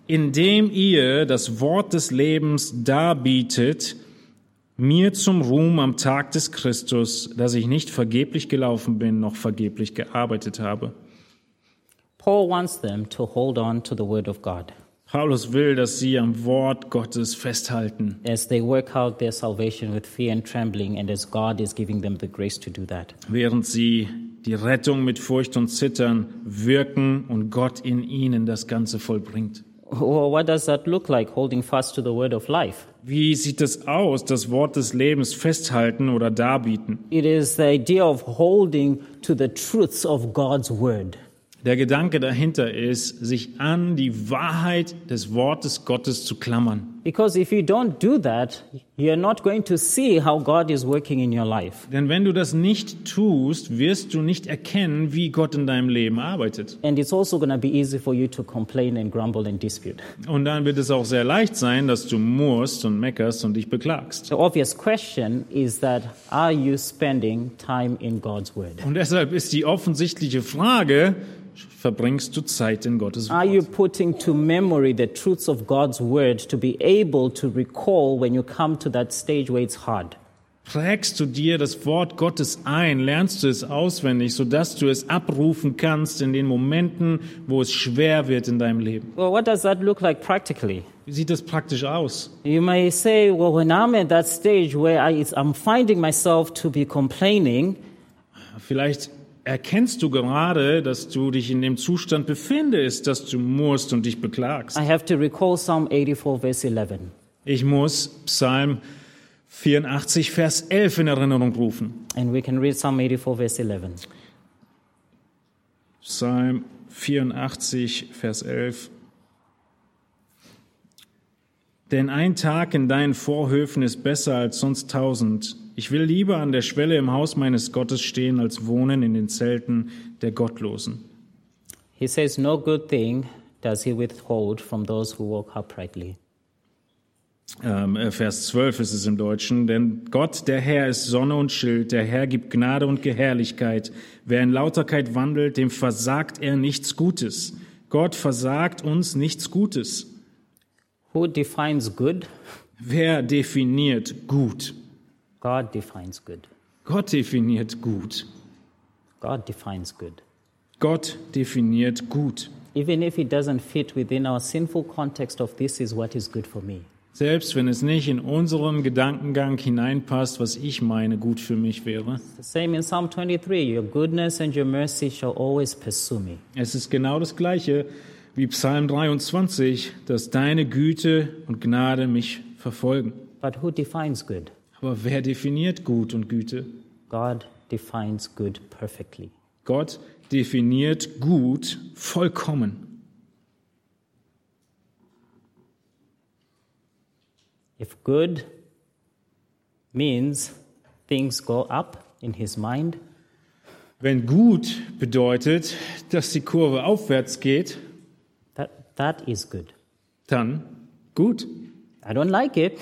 Indem ihr das Wort des Lebens darbietet, mir zum Ruhm am Tag des Christus, dass ich nicht vergeblich gelaufen bin, noch vergeblich gearbeitet habe.
Paul wants them to hold on to the word of God
Paulus will, dass sie am Wort Gottes festhalten,
as they work out their salvation with fear and trembling, and as God is giving them the grace to do that.
während sie die Rettung mit Furcht und Zittern wirken und Gott in ihnen das Ganze vollbringt.
Well, what does that look like? Holding fast to the word of life.
Wie sieht es aus, das Wort des Lebens festhalten oder darbieten?
It is the idea of holding to the truths of God's word.
Der Gedanke dahinter ist, sich an die Wahrheit des Wortes Gottes zu klammern.
Because if you don't do that, you're not going to see how God is working in your life.
Denn wenn du das nicht tust, wirst du nicht erkennen, wie Gott in deinem Leben arbeitet.
And it's also going to be easy for you to complain and grumble and dispute.
Und dann wird es auch sehr leicht sein, dass du murrst und meckerst und dich beklagst.
The obvious question is that are you spending time in God's Word?
Und deshalb ist die offensichtliche Frage, verbringst du Zeit in Gottes
Are you
Wort?
putting to memory the truths of God's Word to be able to recall when you come to that stage where it's hard?
Prägst du dir das Wort Gottes ein, lernst du es auswendig, sodass du es abrufen kannst in den Momenten, wo es schwer wird in deinem Leben?
Well, what does that look like practically?
Wie sieht das praktisch aus?
You may say, well, when I'm at that stage where I, it's- I'm finding myself to be complaining,
Vielleicht erkennst du gerade, dass du dich in dem Zustand befindest, dass du murrst und dich beklagst.
I have to recall Psalm 84, verse 11.
Ich muss Psalm 84, Vers 11 in Erinnerung rufen.
And we can read Psalm 84, verse 11.
Psalm 84, Vers 11. Denn ein Tag in deinen Vorhöfen ist besser als sonst tausend. Ich will lieber an der Schwelle im Haus meines Gottes stehen, als wohnen in den Zelten der Gottlosen.
He says, No good thing does he withhold from those who walk uprightly.
Ähm, äh, Vers 12 ist es im Deutschen. Denn Gott, der Herr, ist Sonne und Schild. Der Herr gibt Gnade und Geherrlichkeit. Wer in Lauterkeit wandelt, dem versagt er nichts Gutes. Gott versagt uns nichts Gutes.
Who defines good?
Wer definiert gut?
God defines good.
Gott definiert gut.
God defines good.
Gott definiert gut.
Even if it doesn't fit within our sinful context of this is what is good for me.
Selbst wenn es nicht in unseren Gedankengang hineinpasst, was ich meine, gut für mich wäre.
The same in Psalm 23 Your goodness and your mercy shall always pursue me.
Es ist genau das Gleiche wie Psalm 23, dass deine Güte und Gnade mich verfolgen.
But who defines good?
Aber wer definiert Gut und Güte?
God defines good perfectly.
Gott definiert Gut vollkommen.
If good means things go up in his mind,
Wenn Gut bedeutet, dass die Kurve aufwärts geht,
that, that is good.
dann gut.
I don't like it,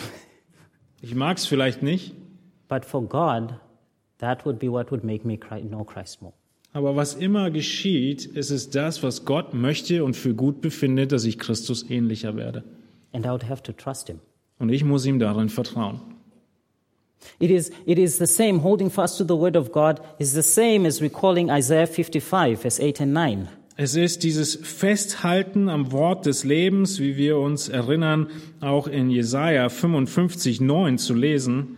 Ich mag's vielleicht nicht,
but for God, that would be what would make me cry, know Christ more.
aber was immer geschieht, ist es das, was Gott möchte und für gut befindet, dass ich Christus ähnlicher werde.
And I would have to trust him.
Und ich muss ihm darin vertrauen.
It is, it is the same, holding fast to the word of God is the same as recalling Isaiah 55, verse 8 and 9.
Es ist dieses Festhalten am Wort des Lebens, wie wir uns erinnern, auch in Jesaja 55, 9 zu lesen.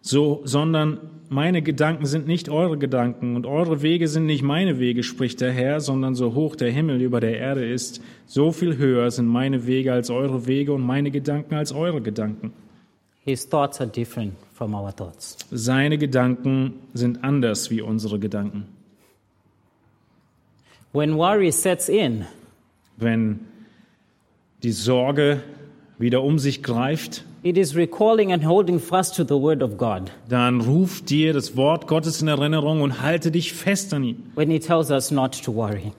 So, sondern meine Gedanken sind nicht eure Gedanken und eure Wege sind nicht meine Wege, spricht der Herr, sondern so hoch der Himmel über der Erde ist, so viel höher sind meine Wege als eure Wege und meine Gedanken als eure Gedanken.
His thoughts are different from our thoughts.
Seine Gedanken sind anders wie unsere Gedanken.
When worry sets in,
wenn die Sorge wieder um sich greift,
it is recalling and holding fast to the word of God
dann ruf dir das Wort Gottes in Erinnerung und halte dich fest an ihm.
when he tells us not to worry.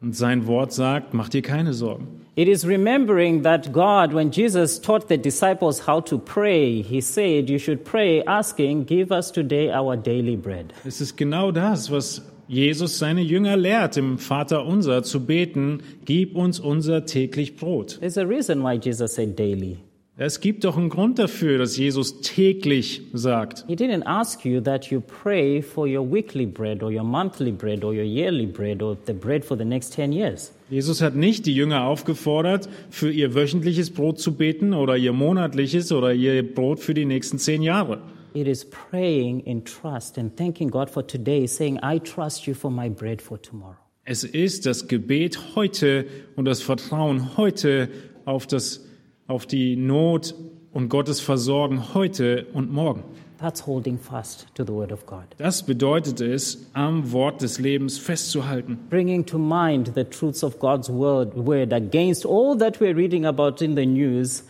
Und sein Wort sagt, mach dir keine Sorgen.
It is remembering that God, when Jesus taught the disciples how to pray, he said, You should pray, asking, Give us today our daily bread.
Es ist genau das, was Jesus seine Jünger lehrt, im Vater unser zu beten, gib uns unser täglich Brot.
There's a reason why Jesus said daily.
Es gibt doch einen Grund dafür, dass Jesus täglich sagt.
He didn't ask you that you pray for your weekly bread or your monthly bread or your yearly bread or the bread for the next 10 years.
Jesus hat nicht die Jünger aufgefordert, für ihr wöchentliches Brot zu beten oder ihr monatliches oder ihr Brot für die nächsten zehn Jahre.
It is praying in trust and thanking God for today, saying, I trust you for my bread for tomorrow.
Es ist das Gebet heute und das Vertrauen heute auf, das, auf die Not und Gottes Versorgen heute und morgen.
That's holding fast to the Word of God,
Das bedeutet es, am Wort des Lebens festzuhalten.
bringing to mind the truths of God's word, word against all that we're reading about in the news,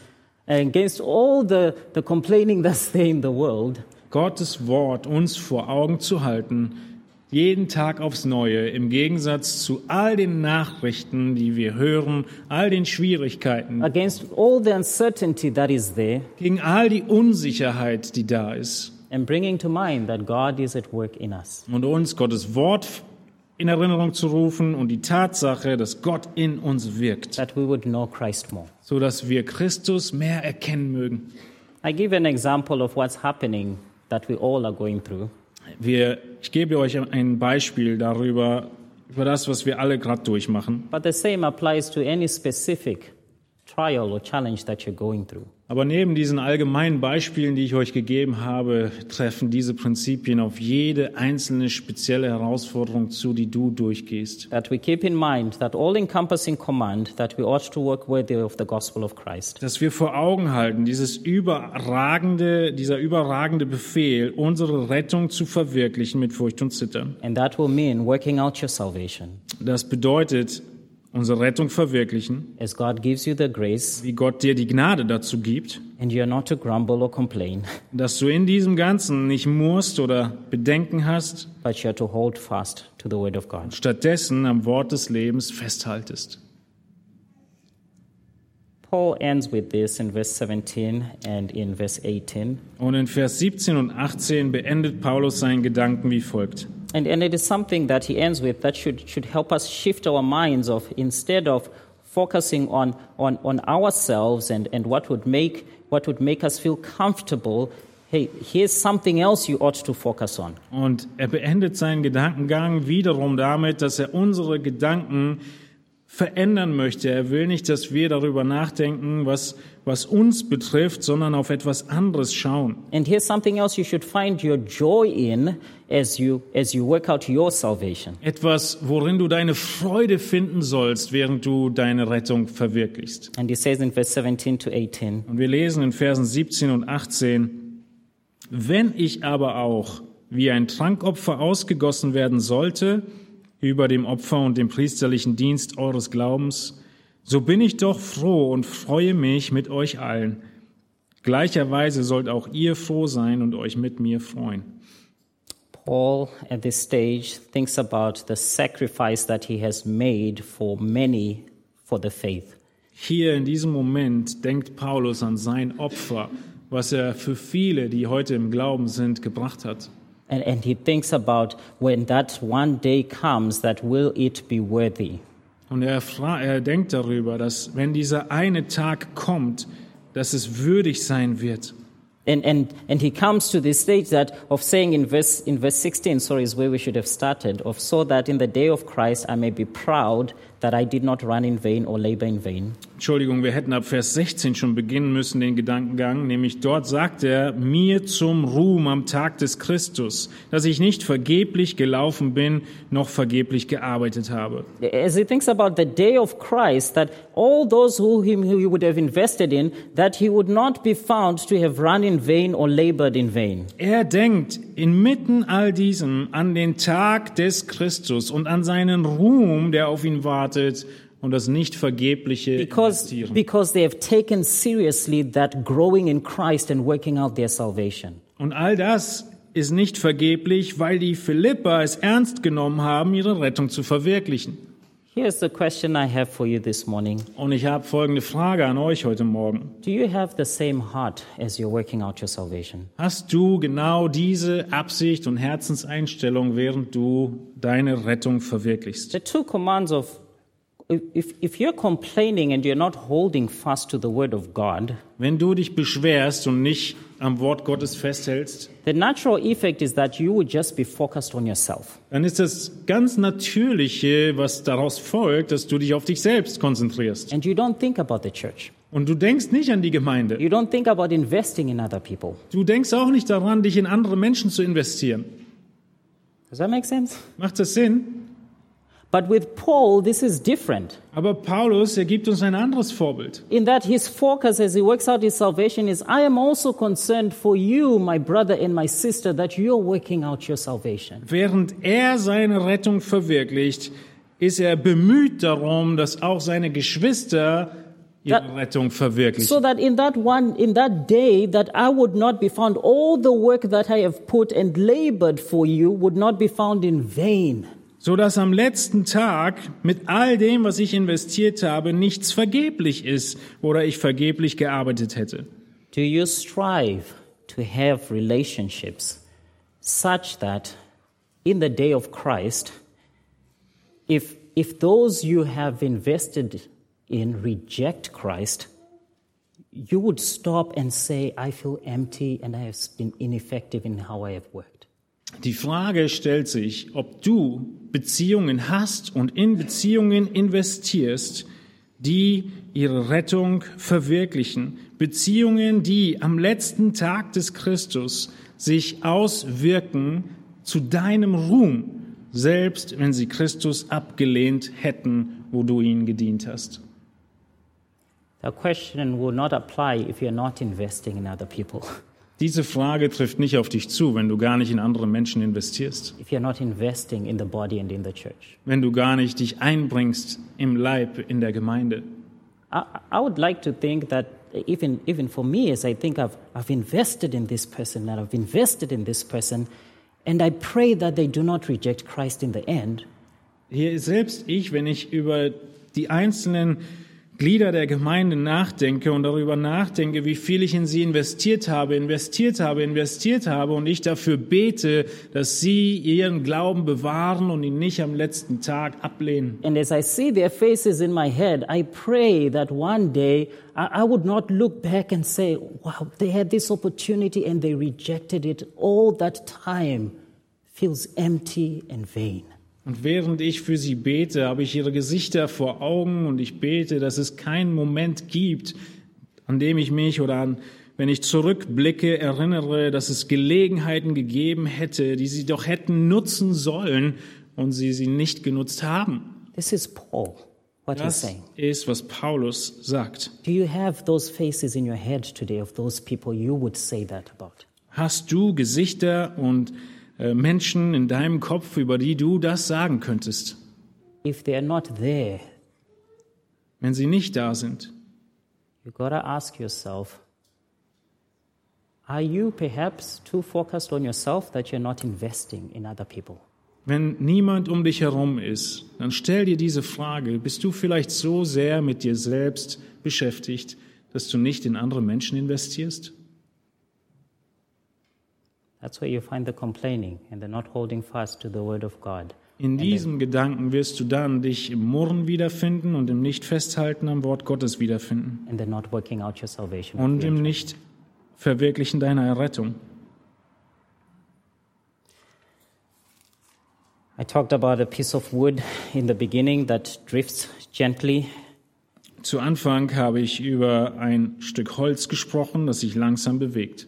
and against all the, the complaining that's there in the world.
Gottes Wort uns vor Augen zu halten, jeden Tag aufs Neue, im Gegensatz zu all den Nachrichten, die wir hören, all den Schwierigkeiten,
against all the uncertainty that is there
gegen all die Unsicherheit, die da ist.
and bringing to mind that God is at work in us.
Und uns Gottes Wort in Erinnerung zu rufen und die Tatsache, dass Gott in uns wirkt,
That we would know Christ more.
sodass wir Christus mehr erkennen mögen.
I give an example of what's happening that we all are going through.
Wir, ich gebe euch ein Beispiel darüber, über das, was wir alle gerade durchmachen.
But the same applies to any specific trial or challenge that you're going through.
Aber neben diesen allgemeinen Beispielen, die ich euch gegeben habe, treffen diese Prinzipien auf jede einzelne spezielle Herausforderung zu, die du durchgehst.
That we keep in mind that all encompassing command that we ought to work worthy of the gospel of Christ.
Dass wir vor Augen halten, dieses überragende, dieser überragende Befehl, unsere Rettung zu verwirklichen mit Furcht und Zittern.
And that will mean working out your salvation
Das bedeutet, unsere Rettung verwirklichen,
as God gives you the grace
wie Gott dir die Gnade dazu gibt.
and you're not to grumble or complain,
dass du in diesem Ganzen nicht musst oder Bedenken hast,
but you're to hold fast to the word of God.
stattdessen am Wort des Lebens festhaltest.
Paul ends with this in verse 17 and in verse 18.
Und in Vers 17 und 18 beendet Paulus seinen Gedanken wie folgt.
And, and it is something that he ends with that should, should help us shift our minds of instead of focusing on, on, on ourselves and, and what, would make, what would make us feel comfortable. Hey, here's something else you ought to focus on.
Und er beendet seinen Gedankengang wiederum damit, dass er unsere Gedanken verändern möchte. Er will nicht, dass wir darüber nachdenken, was, was uns betrifft, sondern auf etwas anderes schauen.
And here's something else you should find your joy in as you, as you work out your salvation.
Etwas, worin du deine Freude finden sollst, während du deine Rettung verwirklichst.
And he says in verse 17 to 18.
Und wir lesen in Versen 17 und 18, wenn ich aber auch wie ein Trankopfer ausgegossen werden sollte über dem Opfer und dem priesterlichen Dienst eures Glaubens, so bin ich doch froh und freue mich mit euch allen. Gleicherweise sollt auch ihr froh sein und euch mit mir freuen.
Paul, at this stage, thinks about the sacrifice that he has made for many for the faith.
Hier in diesem Moment denkt Paulus an sein Opfer, was er für viele, die heute im Glauben sind, gebracht hat.
And, and he thinks about when that one day comes, that will it be worthy?
Und er, fra- er denkt darüber, dass wenn dieser eine Tag kommt, dass es würdig sein wird.
And, and, and he comes to this stage that of saying in verse, in verse 16, sorry, is where we should have started, of so that in the day of Christ I may be proud that I did not run in vain or labor in vain.
Entschuldigung, wir hätten ab Vers 16 schon beginnen müssen, den Gedankengang. Nämlich dort sagt er, mir zum Ruhm am Tag des Christus, dass ich nicht vergeblich gelaufen bin, noch vergeblich gearbeitet habe.
As he thinks about the day of Christ, that all those who him who he would have invested in, that he would not be found to have run in vain or labored in vain.
Er denkt inmitten all diesem an den Tag des Christus und an seinen Ruhm, der auf ihn wartet und das nicht vergebliche
Because,
Investieren.
because they have taken seriously that growing in Christ and working out their salvation.
Und all das ist nicht vergeblich, weil die Philipper es ernst genommen haben, ihre Rettung zu verwirklichen.
Here's the question I have for you this morning.
Und ich habe folgende Frage an euch heute Morgen.
Do you have the same heart as you're working out your salvation?
Hast du genau diese Absicht und Herzenseinstellung, während du deine Rettung verwirklichst?
The two commands of if, if you're complaining and you're not holding fast to the word of God,
Wenn du dich beschwerst und nicht am Wort Gottes festhältst,
The natural effect is that you would just be focused on yourself.
dann ist das ganz Natürliche, was daraus folgt, dass du dich auf dich selbst konzentrierst.
And you don't think about the church.
Und du denkst nicht an die Gemeinde.
You don't think about investing in other people.
Du denkst auch nicht daran, dich in andere Menschen zu investieren.
Does that make sense?
Macht das Sinn?
But with Paul, this is different
Aber Paulus, er gibt uns ein anderes Vorbild.
in that his focus as he works out his salvation is I am also concerned for you, my brother and my sister, that you're working out your salvation.
Während er seine Rettung verwirklicht, ist er bemüht darum, dass auch seine Geschwister ihre
Da-
Rettung verwirklichen.
So that in that one, in that day, that I would not be found, all the work that I have put and labored for you would not be found in vain.
so dass am letzten Tag mit all dem, was ich investiert habe, nichts vergeblich ist oder ich vergeblich gearbeitet hätte.
Do you strive to have relationships such that in the day of Christ, if, if those you have invested in reject Christ, you would stop and say, I feel empty and I have been ineffective in how I have worked?
Die Frage stellt sich, ob du Beziehungen hast und in Beziehungen investierst, die ihre Rettung verwirklichen. Beziehungen, die am letzten Tag des Christus sich auswirken zu deinem Ruhm, selbst wenn sie Christus abgelehnt hätten, wo du ihn gedient hast.
The question will not apply if you're not investing in other people,
Diese Frage trifft nicht auf dich zu, wenn du gar nicht in andere Menschen investierst,
if you're not investing in the body and in the church.
wenn du gar nicht dich einbringst im Leib in der Gemeinde.
I, I would like to think that even, even for me, as I think I've, I've invested in this person, that I've invested in this person, and I pray that they do not reject Christ in the end.
Hier selbst ich, wenn ich über die einzelnen Glieder der Gemeinde nachdenke und darüber nachdenke, wie viel ich in sie investiert habe, investiert habe, investiert habe und ich dafür bete, dass sie ihren Glauben bewahren und ihn nicht am letzten Tag ablehnen.
And as I see their faces in my head, I pray that one day I, I would not look back and say, wow, they had this opportunity and they rejected it. All that time feels empty and vain.
Und während ich für sie bete, habe ich ihre Gesichter vor Augen und ich bete, dass es keinen Moment gibt, an dem ich mich oder an, wenn ich zurückblicke, erinnere, dass es Gelegenheiten gegeben hätte, die sie doch hätten nutzen sollen und sie sie nicht genutzt haben.
This is Paul, what he's
Das
saying.
ist, was Paulus sagt.
Do you have those faces in your head today of those people you would say that about?
Hast du Gesichter und äh, Menschen in deinem Kopf, über die du das sagen könntest,
If they are not there,
wenn sie nicht da sind?
you gotta ask yourself are you perhaps too focused on yourself that you're not investing in other people?
Wenn niemand um dich herum ist, dann stell dir diese Frage, bist du vielleicht so sehr mit dir selbst beschäftigt, dass du nicht in andere Menschen investierst?
That's where you find the complaining and the not holding fast to the word of God.
In diesem Gedanken wirst du dann dich im Murren wiederfinden und im Nicht-Festhalten am Wort Gottes wiederfinden
And the not working out your salvation.
und im Nicht-Verwirklichen deiner Errettung.
I talked about a piece of wood in the beginning that drifts gently
Zu Anfang habe ich über ein Stück Holz gesprochen, das sich langsam bewegt.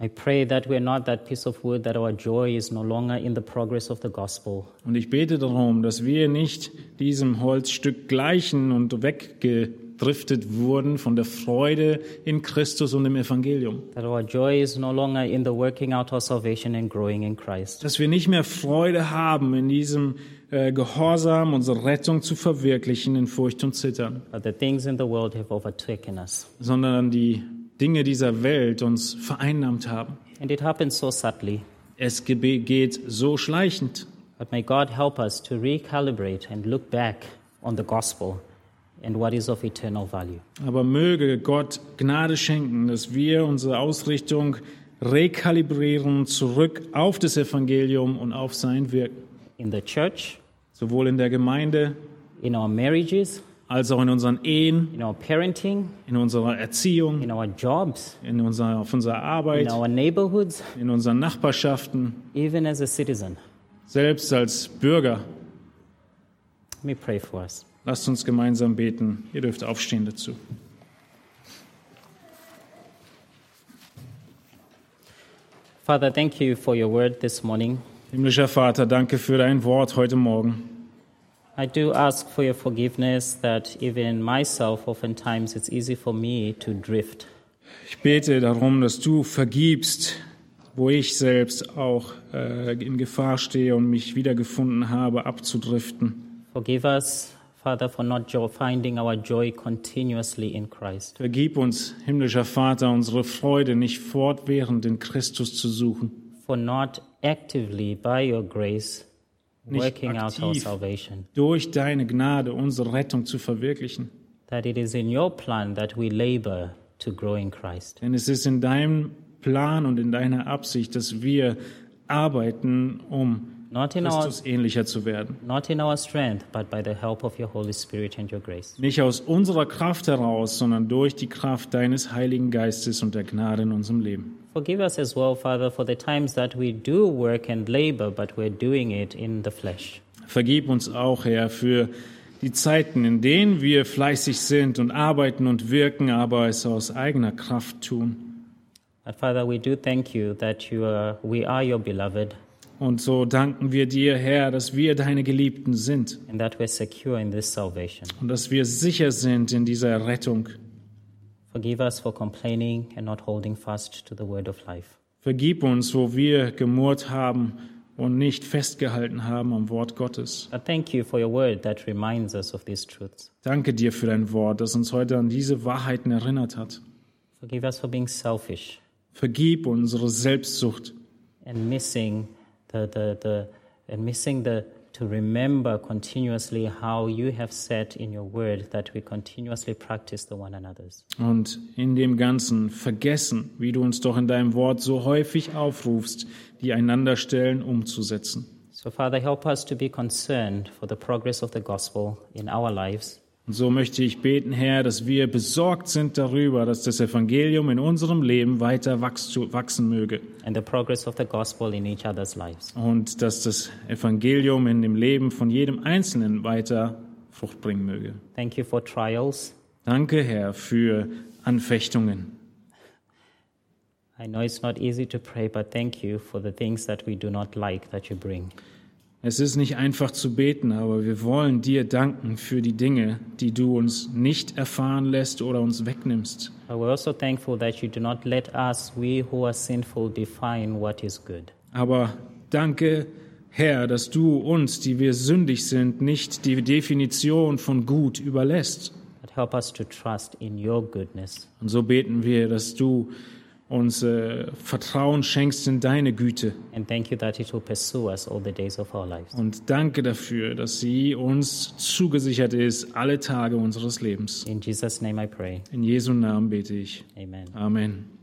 I pray that we are not that piece of wood, that our joy is no longer in the progress of the gospel,
Und ich bete darum, dass wir nicht diesem Holzstück gleichen und weggedriftet wurden von der Freude in Christus und im Evangelium.
that our joy is no longer in the working out our salvation and growing in Christ.
Dass wir nicht mehr Freude haben, in diesem äh, Gehorsam unsere Rettung zu verwirklichen in Furcht und Zittern,
But the things in the world have overtaken us.
sondern die Dinge dieser Welt uns vereinnahmt haben.
And it happens so subtly.
Es gebe- geht so schleichend.
But may God help us to recalibrate and look back on the gospel and what is of eternal value.
Aber möge Gott Gnade schenken, dass wir unsere Ausrichtung rekalibrieren zurück auf das Evangelium und auf sein Wirken,
In the church,
sowohl in der Gemeinde
in our marriages,
als auch in unseren Ehen,
in our parenting,
in unserer Erziehung,
in our jobs,
in unserer, auf unserer
in
Arbeit,
our neighborhoods,
in unseren Nachbarschaften,
even as a citizen.
selbst als Bürger.
Let me pray for us.
Lasst uns gemeinsam beten. Ihr dürft aufstehen dazu.
Father, thank you for your word this morning.
Himmlischer Vater, danke für dein Wort heute Morgen.
I do ask for your forgiveness that even myself, oftentimes, it's easy for me to drift.
Ich bete darum, dass du vergibst, wo ich selbst auch äh, in Gefahr stehe und mich wiedergefunden habe, abzudriften.
Forgive us, Father, for not jo- finding our joy continuously in Christ.
Vergib uns, himmlischer Vater, unsere Freude nicht fortwährend in Christus zu suchen,
for not actively, by your grace,
Nicht
working out our
aktiv.
salvation.
durch deine Gnade unsere Rettung zu verwirklichen.
That it is in your plan that we labor to grow in Christ.
Denn es ist in deinem Plan und in deiner Absicht, dass wir arbeiten, um
Not in, our,
Christus ähnlicher zu werden.
not in our strength, but by the help of your Holy Spirit and your grace.
Nicht aus unserer Kraft heraus, sondern durch die Kraft deines Heiligen Geistes und der Gnade in unserem Leben.
Forgive us as well, Father, for the times that we do work and labor, but we're doing it in the flesh.
Vergib uns auch, Herr, für die Zeiten, in denen wir fleißig sind und arbeiten und wirken, aber es aus eigener Kraft tun.
But Father, we do thank you that you are, we are your beloved
Und so danken wir dir, Herr, dass wir deine Geliebten sind
and that we're secure in this salvation.
und dass wir sicher sind in dieser Rettung.
Forgive us for complaining and not holding fast to the word of life.
Vergib uns, wo wir gemurrt haben und nicht festgehalten haben am Wort Gottes.
I thank you for your word that reminds us of these truths.
Danke dir für dein Wort, das uns heute an diese Wahrheiten erinnert hat.
Forgive us for being selfish
Vergib unsere Selbstsucht
and missing the, the, the and missing the to remember continuously how you have said in your word that we continuously practice the one another's.
und in dem Ganzen vergessen, wie du uns doch in deinem Wort so häufig aufrufst, die Einanderstellen umzusetzen.
So Father, help us to be concerned for the progress of the gospel in our lives
Und so möchte ich beten, Herr, dass wir besorgt sind darüber, dass das Evangelium in unserem Leben weiter wachstu- wachsen möge
and the progress of the gospel in each other's lives.
und dass das Evangelium in dem Leben von jedem Einzelnen weiter Frucht bringen möge.
Thank you for trials.
Danke, Herr, für Anfechtungen.
I know it's not easy to pray, but thank you for the things that we do not like that you bring.
Es ist nicht einfach zu beten, aber wir wollen dir danken für die Dinge, die du uns nicht erfahren lässt oder uns wegnimmst.
But we're also thankful that you do not let us, we who are sinful, define what is good.
Aber danke, Herr, dass du uns, die wir sündig sind, nicht die Definition von gut überlässt.
But help us to trust in your goodness
Und so beten wir, dass du uns äh, Vertrauen schenkst in deine Güte.
and thank you that it will pursue us all the days of our lives.
Und danke dafür, dass sie uns zugesichert ist, alle Tage unseres Lebens.
In Jesus' name I pray.
In Jesu Namen bete ich.
Amen.
Amen.